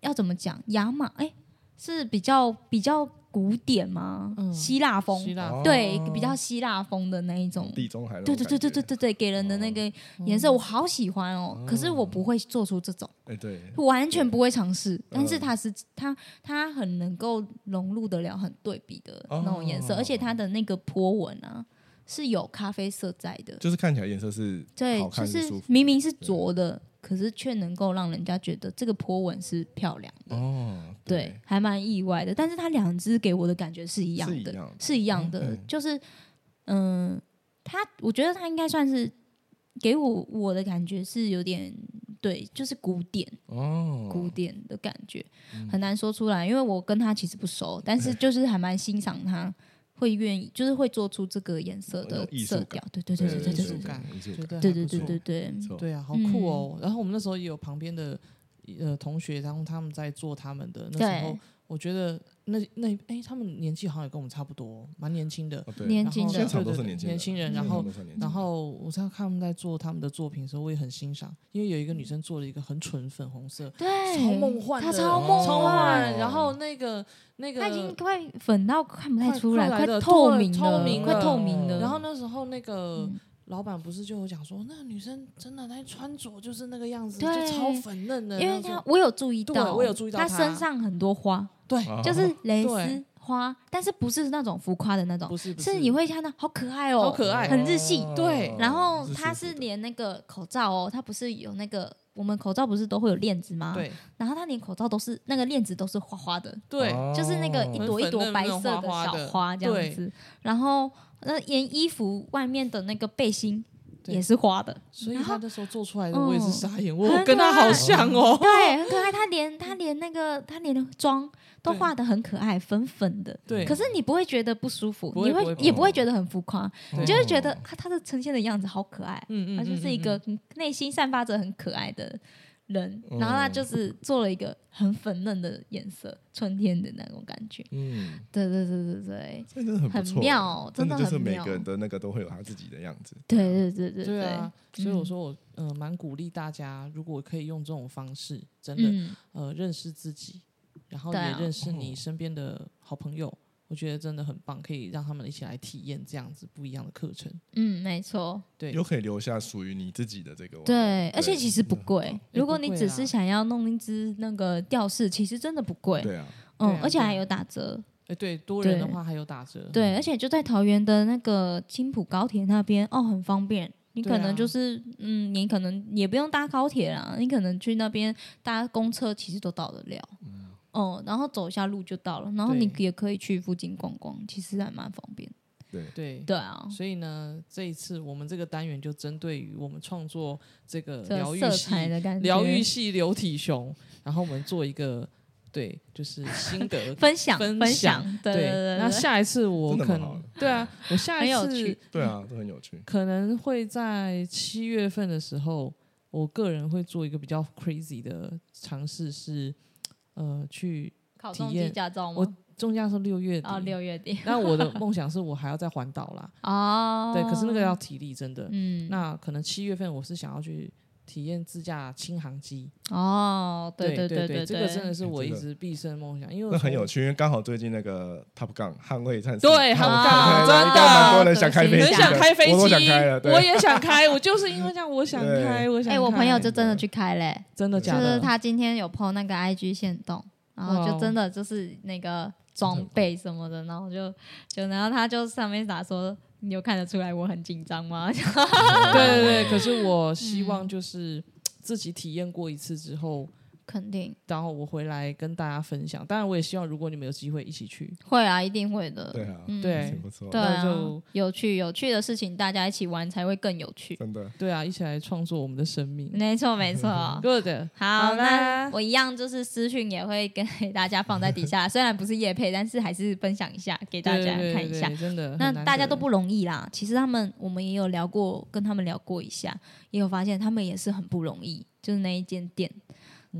[SPEAKER 1] 要怎么讲雅马，哎、是比较比较古典吗？
[SPEAKER 2] 嗯
[SPEAKER 1] 希腊风，
[SPEAKER 2] 希腊
[SPEAKER 3] 哦
[SPEAKER 1] 对，比较希腊风的那一种。
[SPEAKER 3] 地哦中海那种
[SPEAKER 1] 对对对对对
[SPEAKER 3] 感
[SPEAKER 1] 对对，给人的那个颜色我好喜欢哦，可是我不会做出这种。
[SPEAKER 3] 觉，哎对，嗯
[SPEAKER 1] 完全不会尝试，但是它是它它很能够融入得了很对比的那种颜色，
[SPEAKER 3] 哦
[SPEAKER 1] 而且它的那个波纹啊是有咖啡色在的，
[SPEAKER 3] 就是看起来颜色是
[SPEAKER 1] 对
[SPEAKER 3] 好，
[SPEAKER 1] 就
[SPEAKER 3] 看
[SPEAKER 1] 是
[SPEAKER 3] 舒服
[SPEAKER 1] 明明是浊的，可是却能够让人家觉得这个波纹是漂亮的，
[SPEAKER 3] 哦，
[SPEAKER 1] 对，，还蛮意外的。但是它两只给我的感觉是一样
[SPEAKER 3] 是一样
[SPEAKER 1] 的
[SPEAKER 3] 的，
[SPEAKER 1] 是一样的，
[SPEAKER 3] 嗯嗯
[SPEAKER 1] 就是嗯，它我觉得它应该算是给我我的感觉是有点对，就是古典。
[SPEAKER 3] 哦，
[SPEAKER 1] 古典的感觉，很难说出来，因为我跟他其实不熟，但是就是还蛮欣赏他，会愿意，就是会做出这个颜色
[SPEAKER 3] 有
[SPEAKER 1] 的
[SPEAKER 3] 艺
[SPEAKER 1] 色
[SPEAKER 3] 术感
[SPEAKER 1] 调，对对对对对
[SPEAKER 2] 艺
[SPEAKER 1] 对
[SPEAKER 2] 术
[SPEAKER 1] 对
[SPEAKER 2] 感
[SPEAKER 3] 艺术
[SPEAKER 2] 觉得还
[SPEAKER 1] 对
[SPEAKER 2] 不
[SPEAKER 1] 对对
[SPEAKER 2] 错
[SPEAKER 1] 对对，
[SPEAKER 3] 没错
[SPEAKER 2] 对啊，好
[SPEAKER 1] 嗯
[SPEAKER 2] 酷哦！然后我们那时候也有旁边的呃同学，然后他们在做他们的。那时候
[SPEAKER 1] 对
[SPEAKER 2] 我觉得那那哎，他们年纪好像也跟我们差不多，蛮年轻的。
[SPEAKER 3] 哦对，嗯
[SPEAKER 1] 年
[SPEAKER 2] 然后
[SPEAKER 1] 轻的嗯
[SPEAKER 2] 对
[SPEAKER 3] 现场都
[SPEAKER 2] 对
[SPEAKER 3] 是
[SPEAKER 2] 对
[SPEAKER 3] 年轻
[SPEAKER 2] 年
[SPEAKER 3] 人
[SPEAKER 2] 轻人，然
[SPEAKER 3] 现
[SPEAKER 2] 后
[SPEAKER 3] 场都是年轻
[SPEAKER 2] 然
[SPEAKER 3] 人
[SPEAKER 2] 后我在看他们在做他们的作品的时候，我也很欣赏，因为有一个女生做了一个很纯粉红色，
[SPEAKER 1] 对，
[SPEAKER 2] 超梦幻的，
[SPEAKER 1] 他超
[SPEAKER 3] 梦
[SPEAKER 2] 超
[SPEAKER 3] 幻
[SPEAKER 2] 然后那个那个
[SPEAKER 1] 他已经快粉到看不太
[SPEAKER 2] 快
[SPEAKER 1] 出来，
[SPEAKER 2] 快
[SPEAKER 1] 快
[SPEAKER 2] 来的
[SPEAKER 1] 透
[SPEAKER 2] 对
[SPEAKER 1] 明
[SPEAKER 2] 透
[SPEAKER 1] 了
[SPEAKER 2] 明
[SPEAKER 1] 快
[SPEAKER 2] 了
[SPEAKER 1] 透明了。
[SPEAKER 2] 然后那时候那个
[SPEAKER 1] 嗯
[SPEAKER 2] 老板不是就有讲说，那个女生真的她穿着就是那个样子，就
[SPEAKER 1] 对
[SPEAKER 2] 超粉嫩的，
[SPEAKER 1] 因为
[SPEAKER 2] 然
[SPEAKER 1] 他
[SPEAKER 2] 后
[SPEAKER 1] 我有注意
[SPEAKER 2] 对
[SPEAKER 1] 到，哦
[SPEAKER 2] 我有注意到
[SPEAKER 1] 他
[SPEAKER 2] 他
[SPEAKER 1] 身上很多花，
[SPEAKER 2] 对，
[SPEAKER 3] 哦
[SPEAKER 1] 就是蕾
[SPEAKER 2] 对
[SPEAKER 1] 丝花，但是不是那种浮夸的那种，
[SPEAKER 2] 不是不
[SPEAKER 1] 是你会看到好可爱哦，
[SPEAKER 2] 好可爱，哦
[SPEAKER 1] 很日系
[SPEAKER 3] 哦
[SPEAKER 2] 对
[SPEAKER 1] 然后它哦是
[SPEAKER 3] 舒服的
[SPEAKER 1] 连那个口罩哦，它不是有那个我们口罩不是都会有链子吗？。
[SPEAKER 2] 对
[SPEAKER 1] 然后它连口罩都是那个链子都是花花的，
[SPEAKER 2] 对，
[SPEAKER 1] 就是那
[SPEAKER 3] 哦
[SPEAKER 1] 个一
[SPEAKER 2] 很
[SPEAKER 1] 朵一
[SPEAKER 2] 粉嫩
[SPEAKER 1] 朵白
[SPEAKER 2] 那种
[SPEAKER 1] 色
[SPEAKER 2] 花花
[SPEAKER 1] 小
[SPEAKER 2] 的
[SPEAKER 1] 花这
[SPEAKER 2] 对
[SPEAKER 1] 样子。然后那连衣服外面的那个背心
[SPEAKER 2] 对
[SPEAKER 1] 也是花的，
[SPEAKER 2] 所以
[SPEAKER 1] 然
[SPEAKER 2] 他
[SPEAKER 1] 后
[SPEAKER 2] 那时候做出来
[SPEAKER 1] 嗯
[SPEAKER 2] 的
[SPEAKER 1] 啊
[SPEAKER 2] 我也是傻眼，我
[SPEAKER 1] 很
[SPEAKER 2] 我跟他好像哦，
[SPEAKER 1] 对，很可爱。它连它连那个它连妆都
[SPEAKER 2] 对
[SPEAKER 1] 画的很可爱，粉粉的。
[SPEAKER 2] 对，
[SPEAKER 1] 可是你不会觉得不舒服，
[SPEAKER 2] 不会
[SPEAKER 1] 你
[SPEAKER 2] 不会
[SPEAKER 1] 也不会
[SPEAKER 3] 不会
[SPEAKER 1] 觉得很浮夸，
[SPEAKER 2] 对嗯
[SPEAKER 1] 你就会觉得啊，他的呈现的样子好可爱，哦
[SPEAKER 2] 嗯嗯，
[SPEAKER 1] 他就是一
[SPEAKER 2] 嗯嗯嗯
[SPEAKER 1] 个内心散发着很可爱的人，然后他就是做了一个很粉嫩的颜色，春天的那种感觉。
[SPEAKER 3] 嗯，
[SPEAKER 1] 对对对对对，
[SPEAKER 3] 这真的很不
[SPEAKER 1] 很
[SPEAKER 3] 错，
[SPEAKER 1] 妙，
[SPEAKER 3] 真
[SPEAKER 1] 的
[SPEAKER 3] 就是
[SPEAKER 1] 很
[SPEAKER 3] 每
[SPEAKER 1] 妙
[SPEAKER 3] 个。人的那个都会有他自己的样子，
[SPEAKER 1] 对对对嗯对
[SPEAKER 2] 对
[SPEAKER 1] 对
[SPEAKER 2] 啊，，所以我说我呃蛮鼓励大家，如果可以用这种方式，真的
[SPEAKER 1] 嗯，
[SPEAKER 2] 呃认识自己，然后也
[SPEAKER 1] 对啊
[SPEAKER 2] 认识你身边的好朋友，我觉得真的很棒，可以让他们一起来体验这样子不一样的课程。
[SPEAKER 1] 嗯，没错，
[SPEAKER 2] 对
[SPEAKER 3] 又可以留下属于你自己的这个味道。
[SPEAKER 1] 对，而且其实不贵。如果
[SPEAKER 2] 嗯不
[SPEAKER 1] 你
[SPEAKER 2] 贵
[SPEAKER 1] 只
[SPEAKER 2] 啦
[SPEAKER 1] 是想要弄一只那个吊饰，其实真的不贵，
[SPEAKER 3] 对啊，
[SPEAKER 2] 对
[SPEAKER 1] 嗯
[SPEAKER 2] 啊，
[SPEAKER 1] 而且
[SPEAKER 2] 对
[SPEAKER 1] 还
[SPEAKER 2] 啊嗯
[SPEAKER 1] 有打折，
[SPEAKER 2] 哎，对，多人的
[SPEAKER 1] 对
[SPEAKER 2] 话还有打折。
[SPEAKER 1] 对，而且就在桃园的那个青浦高铁那边，哦，很方便。你
[SPEAKER 2] 对
[SPEAKER 1] 可能
[SPEAKER 2] 啊
[SPEAKER 1] 就是，嗯，你可能也不用搭高铁啦，你可能去那边搭公车，其实都到得了。哦，然后走一下路就到了，然后你
[SPEAKER 2] 嗯对
[SPEAKER 1] 也可以去附近逛逛，其实还蛮方便。
[SPEAKER 3] 对，
[SPEAKER 2] 对。
[SPEAKER 1] 对啊，
[SPEAKER 2] 所以呢，这一次我们这个单元就针对于我们创作这个
[SPEAKER 1] 这
[SPEAKER 2] 疗愈
[SPEAKER 1] 色
[SPEAKER 2] 系
[SPEAKER 1] 彩的感觉，
[SPEAKER 2] 疗愈系流体熊，然后我们做一个对，就是心 得
[SPEAKER 1] 分享
[SPEAKER 2] 分
[SPEAKER 1] 分
[SPEAKER 2] 享
[SPEAKER 1] 对对对
[SPEAKER 2] 那
[SPEAKER 1] 对
[SPEAKER 2] 下一次我
[SPEAKER 3] 真的
[SPEAKER 2] 可
[SPEAKER 3] 蛮好
[SPEAKER 2] 能
[SPEAKER 3] 的
[SPEAKER 2] 对啊，我下一
[SPEAKER 1] 很有
[SPEAKER 2] 次
[SPEAKER 1] 趣
[SPEAKER 3] 对啊，都很有趣。
[SPEAKER 2] 可能会在七月份的时候，我个人会做一个比较 crazy 的尝试是，呃，去
[SPEAKER 1] 考
[SPEAKER 2] 体
[SPEAKER 1] 中级
[SPEAKER 2] 验
[SPEAKER 1] 驾照
[SPEAKER 2] 我
[SPEAKER 1] 吗？
[SPEAKER 2] 中假是六月底，
[SPEAKER 1] 啊，六月底
[SPEAKER 2] 那我的梦想是我还要再环岛啦，
[SPEAKER 1] 哦，
[SPEAKER 2] 对，可是那个要体力真的，
[SPEAKER 1] 嗯，
[SPEAKER 2] 那可能七月份我是想要去体验自驾轻航机，
[SPEAKER 1] 哦，对
[SPEAKER 2] 对
[SPEAKER 1] 对
[SPEAKER 2] 对，
[SPEAKER 1] 对，
[SPEAKER 2] 这个真的是
[SPEAKER 3] 哎
[SPEAKER 2] 我一
[SPEAKER 3] 这个
[SPEAKER 2] 直毕生梦想，因为
[SPEAKER 3] 那很
[SPEAKER 2] 从
[SPEAKER 3] 有趣，因为刚好最近那个 Top Gun 捍卫战士，
[SPEAKER 2] 对
[SPEAKER 3] 他
[SPEAKER 2] 好
[SPEAKER 3] 们
[SPEAKER 2] 看
[SPEAKER 3] 看
[SPEAKER 2] 真
[SPEAKER 3] 应
[SPEAKER 2] 的
[SPEAKER 3] 该蛮多人想开飞
[SPEAKER 2] 很
[SPEAKER 3] 机
[SPEAKER 2] 想
[SPEAKER 3] 的
[SPEAKER 2] 开飞机，
[SPEAKER 3] 我都想开了，对，
[SPEAKER 2] 也想开，我就是因为这样，我想
[SPEAKER 3] 对
[SPEAKER 2] 开，我想开。
[SPEAKER 1] 哎，我朋友就真的去开嘞、
[SPEAKER 2] 真的
[SPEAKER 1] 就
[SPEAKER 2] 假
[SPEAKER 1] 是
[SPEAKER 2] 的？
[SPEAKER 1] 他今天有 PO 那个 IG 线动，然后
[SPEAKER 2] 哇哦
[SPEAKER 1] 就真的就是那个装备什么的，然后就就然后他就上面打说，你有看得出来我很紧张吗？
[SPEAKER 2] 对对对，可是
[SPEAKER 1] 嗯
[SPEAKER 2] 我希望就是自己体验过一次之后，
[SPEAKER 1] 肯定
[SPEAKER 2] 然后我回来跟大家分享。当然，我也希望如果你们有机会一起去，
[SPEAKER 1] 会啊，一定会的。
[SPEAKER 3] 对啊，
[SPEAKER 1] 嗯
[SPEAKER 2] 对
[SPEAKER 3] 挺不错，
[SPEAKER 1] 对
[SPEAKER 2] 那
[SPEAKER 1] 啊
[SPEAKER 2] 就，
[SPEAKER 1] 有趣有趣的事情，大家一起玩才会更有趣。
[SPEAKER 3] 真的。
[SPEAKER 2] 对啊，一起来创作我们的生命。
[SPEAKER 1] 没错没错。
[SPEAKER 2] Good，
[SPEAKER 1] 嗯好，那
[SPEAKER 2] 啦，
[SPEAKER 1] 我一样就是私讯也会跟大家放在底 下，虽然不是夜配，但是还是分享一下给大家
[SPEAKER 2] 对
[SPEAKER 1] 看一下。，
[SPEAKER 2] 对对真的。
[SPEAKER 1] 那
[SPEAKER 2] 很难
[SPEAKER 1] 大家
[SPEAKER 2] 得
[SPEAKER 1] 都不容易啦。其实他们，我们也有聊过，跟他们聊过一下，也有发现他们也是很不容易，就是那一间店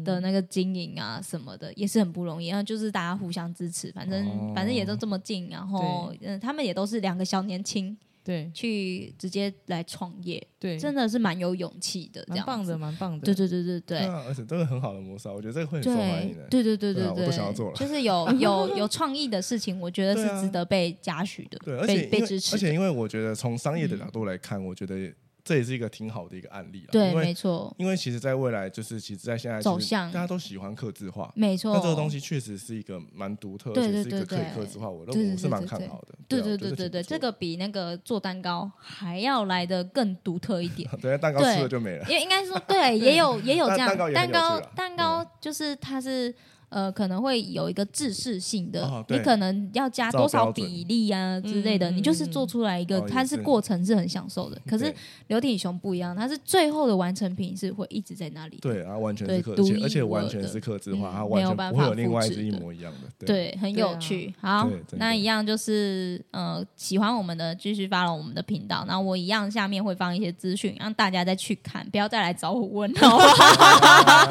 [SPEAKER 1] 的那个经营啊什么的，也是很不容易。然后就是大家互相支持，反正、
[SPEAKER 3] 哦
[SPEAKER 1] 反正也都这么近，然后嗯，他们也都是两个小年轻
[SPEAKER 2] 对
[SPEAKER 1] 去直接来创业，
[SPEAKER 2] 对，
[SPEAKER 1] 真的是蛮有勇气的，这
[SPEAKER 2] 蛮
[SPEAKER 1] 样
[SPEAKER 2] 棒
[SPEAKER 1] 子
[SPEAKER 2] 的，。蛮棒的。
[SPEAKER 1] 对对对对对。
[SPEAKER 3] 啊，而且这个很好的谋杀，我觉得这个会很受欢
[SPEAKER 1] 对
[SPEAKER 3] 迎的。
[SPEAKER 1] 对对对
[SPEAKER 3] 对啊
[SPEAKER 1] 对
[SPEAKER 3] 我都想要做了
[SPEAKER 1] 就是有 有有创意的事情，我觉得
[SPEAKER 3] 对啊
[SPEAKER 1] 是值得被嘉许的，
[SPEAKER 3] 对，而
[SPEAKER 1] 被
[SPEAKER 3] 且因为
[SPEAKER 1] 被支持
[SPEAKER 3] 而
[SPEAKER 1] 的。
[SPEAKER 3] 且因为我觉得从商业的角度来看，我觉得这也是一个挺好的一个案例了。啊
[SPEAKER 1] 对，
[SPEAKER 3] 因为
[SPEAKER 1] 没错。
[SPEAKER 3] 因为其实，在未来就是其实，在现在其实
[SPEAKER 1] 走向
[SPEAKER 3] 大家都喜欢刻字化，
[SPEAKER 1] 没错，
[SPEAKER 3] 那这个东西确实是一个蛮独特，
[SPEAKER 1] 对
[SPEAKER 3] 而且
[SPEAKER 1] 对
[SPEAKER 3] 是一个
[SPEAKER 1] 对
[SPEAKER 3] 可以
[SPEAKER 1] 对
[SPEAKER 3] 刻字化，我认
[SPEAKER 1] 对
[SPEAKER 3] 为
[SPEAKER 1] 对
[SPEAKER 3] 我是
[SPEAKER 1] 对
[SPEAKER 3] 蛮
[SPEAKER 1] 对
[SPEAKER 3] 看
[SPEAKER 1] 对
[SPEAKER 3] 好的。
[SPEAKER 1] 对
[SPEAKER 3] 啊
[SPEAKER 1] 对
[SPEAKER 3] 我觉
[SPEAKER 1] 对
[SPEAKER 3] 得
[SPEAKER 1] 对对，
[SPEAKER 3] 挺
[SPEAKER 1] 这
[SPEAKER 3] 不
[SPEAKER 1] 个
[SPEAKER 3] 错，
[SPEAKER 1] 比那个做蛋糕还要来的更独特一点
[SPEAKER 3] 对蛋糕吃了
[SPEAKER 1] 对
[SPEAKER 3] 就没了，
[SPEAKER 1] 因为应该说 对，也有也有这样
[SPEAKER 3] 蛋糕也
[SPEAKER 1] 蛋
[SPEAKER 3] 很有
[SPEAKER 1] 糕
[SPEAKER 3] 趣啦啊
[SPEAKER 1] 蛋糕就是它是。呃，可能会有一个制式性的，
[SPEAKER 3] 哦对
[SPEAKER 1] 你可能要加
[SPEAKER 3] 照
[SPEAKER 1] 多少
[SPEAKER 3] 标准
[SPEAKER 1] 比例啊之类的，
[SPEAKER 2] 嗯嗯
[SPEAKER 1] 你就是做出来一个，
[SPEAKER 3] 哦也
[SPEAKER 1] 它是
[SPEAKER 3] 是
[SPEAKER 1] 过程是很享受的。可是
[SPEAKER 3] 对
[SPEAKER 1] 流体熊不一样，它是最后的完成品是会一直在那里的，
[SPEAKER 3] 对，然后啊完全是
[SPEAKER 1] 对
[SPEAKER 3] 刻，而
[SPEAKER 1] 独
[SPEAKER 3] 且
[SPEAKER 1] 一
[SPEAKER 3] 而且
[SPEAKER 1] 无
[SPEAKER 3] 完
[SPEAKER 1] 二
[SPEAKER 3] 全
[SPEAKER 1] 的
[SPEAKER 3] 是刻字化，
[SPEAKER 1] 嗯
[SPEAKER 3] 它
[SPEAKER 1] 没
[SPEAKER 3] 完
[SPEAKER 1] 有
[SPEAKER 3] 全
[SPEAKER 1] 办
[SPEAKER 3] 不会
[SPEAKER 1] 法
[SPEAKER 3] 有另
[SPEAKER 1] 复
[SPEAKER 3] 外一
[SPEAKER 1] 制
[SPEAKER 3] 只一
[SPEAKER 1] 的
[SPEAKER 3] 模一样的。
[SPEAKER 1] 对，很
[SPEAKER 2] 对
[SPEAKER 1] 有
[SPEAKER 2] 啊
[SPEAKER 1] 趣。好
[SPEAKER 3] 对真，
[SPEAKER 1] 那
[SPEAKER 3] 的
[SPEAKER 1] 一样就是呃，喜欢我们的继续发了我们的频道，然后我一样下面会放一些资讯，让大家再去看，不要再来找我问， 好不好？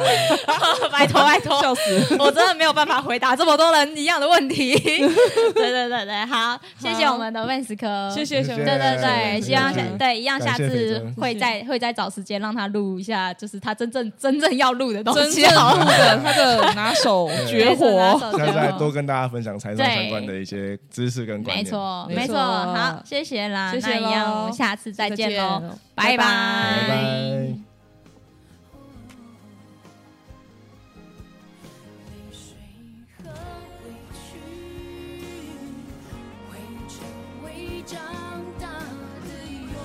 [SPEAKER 1] 拜托拜托，
[SPEAKER 2] 笑死。
[SPEAKER 1] 我真的没有办法回答这么多人一样的问题。对对对对，好，谢谢我们的万斯科，
[SPEAKER 2] 谢。谢小
[SPEAKER 3] 对
[SPEAKER 1] 对对对，
[SPEAKER 3] 谢谢
[SPEAKER 1] 希望
[SPEAKER 3] 谢
[SPEAKER 1] 下
[SPEAKER 3] 谢
[SPEAKER 1] 对一样，
[SPEAKER 3] 感
[SPEAKER 1] 下
[SPEAKER 3] 谢肥
[SPEAKER 1] 次
[SPEAKER 3] 珍
[SPEAKER 1] 会再会再找时间让他录一下，就是他真正真正要录的东
[SPEAKER 2] 真
[SPEAKER 1] 西
[SPEAKER 2] 正
[SPEAKER 1] 好
[SPEAKER 2] 录
[SPEAKER 1] 了。
[SPEAKER 2] 的他的拿手绝活。
[SPEAKER 1] 下
[SPEAKER 3] 下次再多跟大家分享财商相关的一些知识跟观
[SPEAKER 1] 没
[SPEAKER 3] 念。
[SPEAKER 1] 错，
[SPEAKER 2] 没
[SPEAKER 1] 没
[SPEAKER 2] 错
[SPEAKER 1] 错。好，谢谢啦，
[SPEAKER 2] 谢谢
[SPEAKER 1] 那一样，我
[SPEAKER 2] 咯
[SPEAKER 1] 们下次再见喽，
[SPEAKER 2] 喽，
[SPEAKER 1] 拜
[SPEAKER 3] 拜拜。
[SPEAKER 4] 泪水和委屈，会成为长大的勇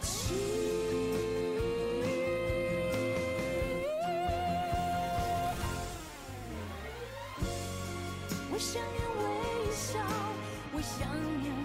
[SPEAKER 4] 气。我想要微笑，我想要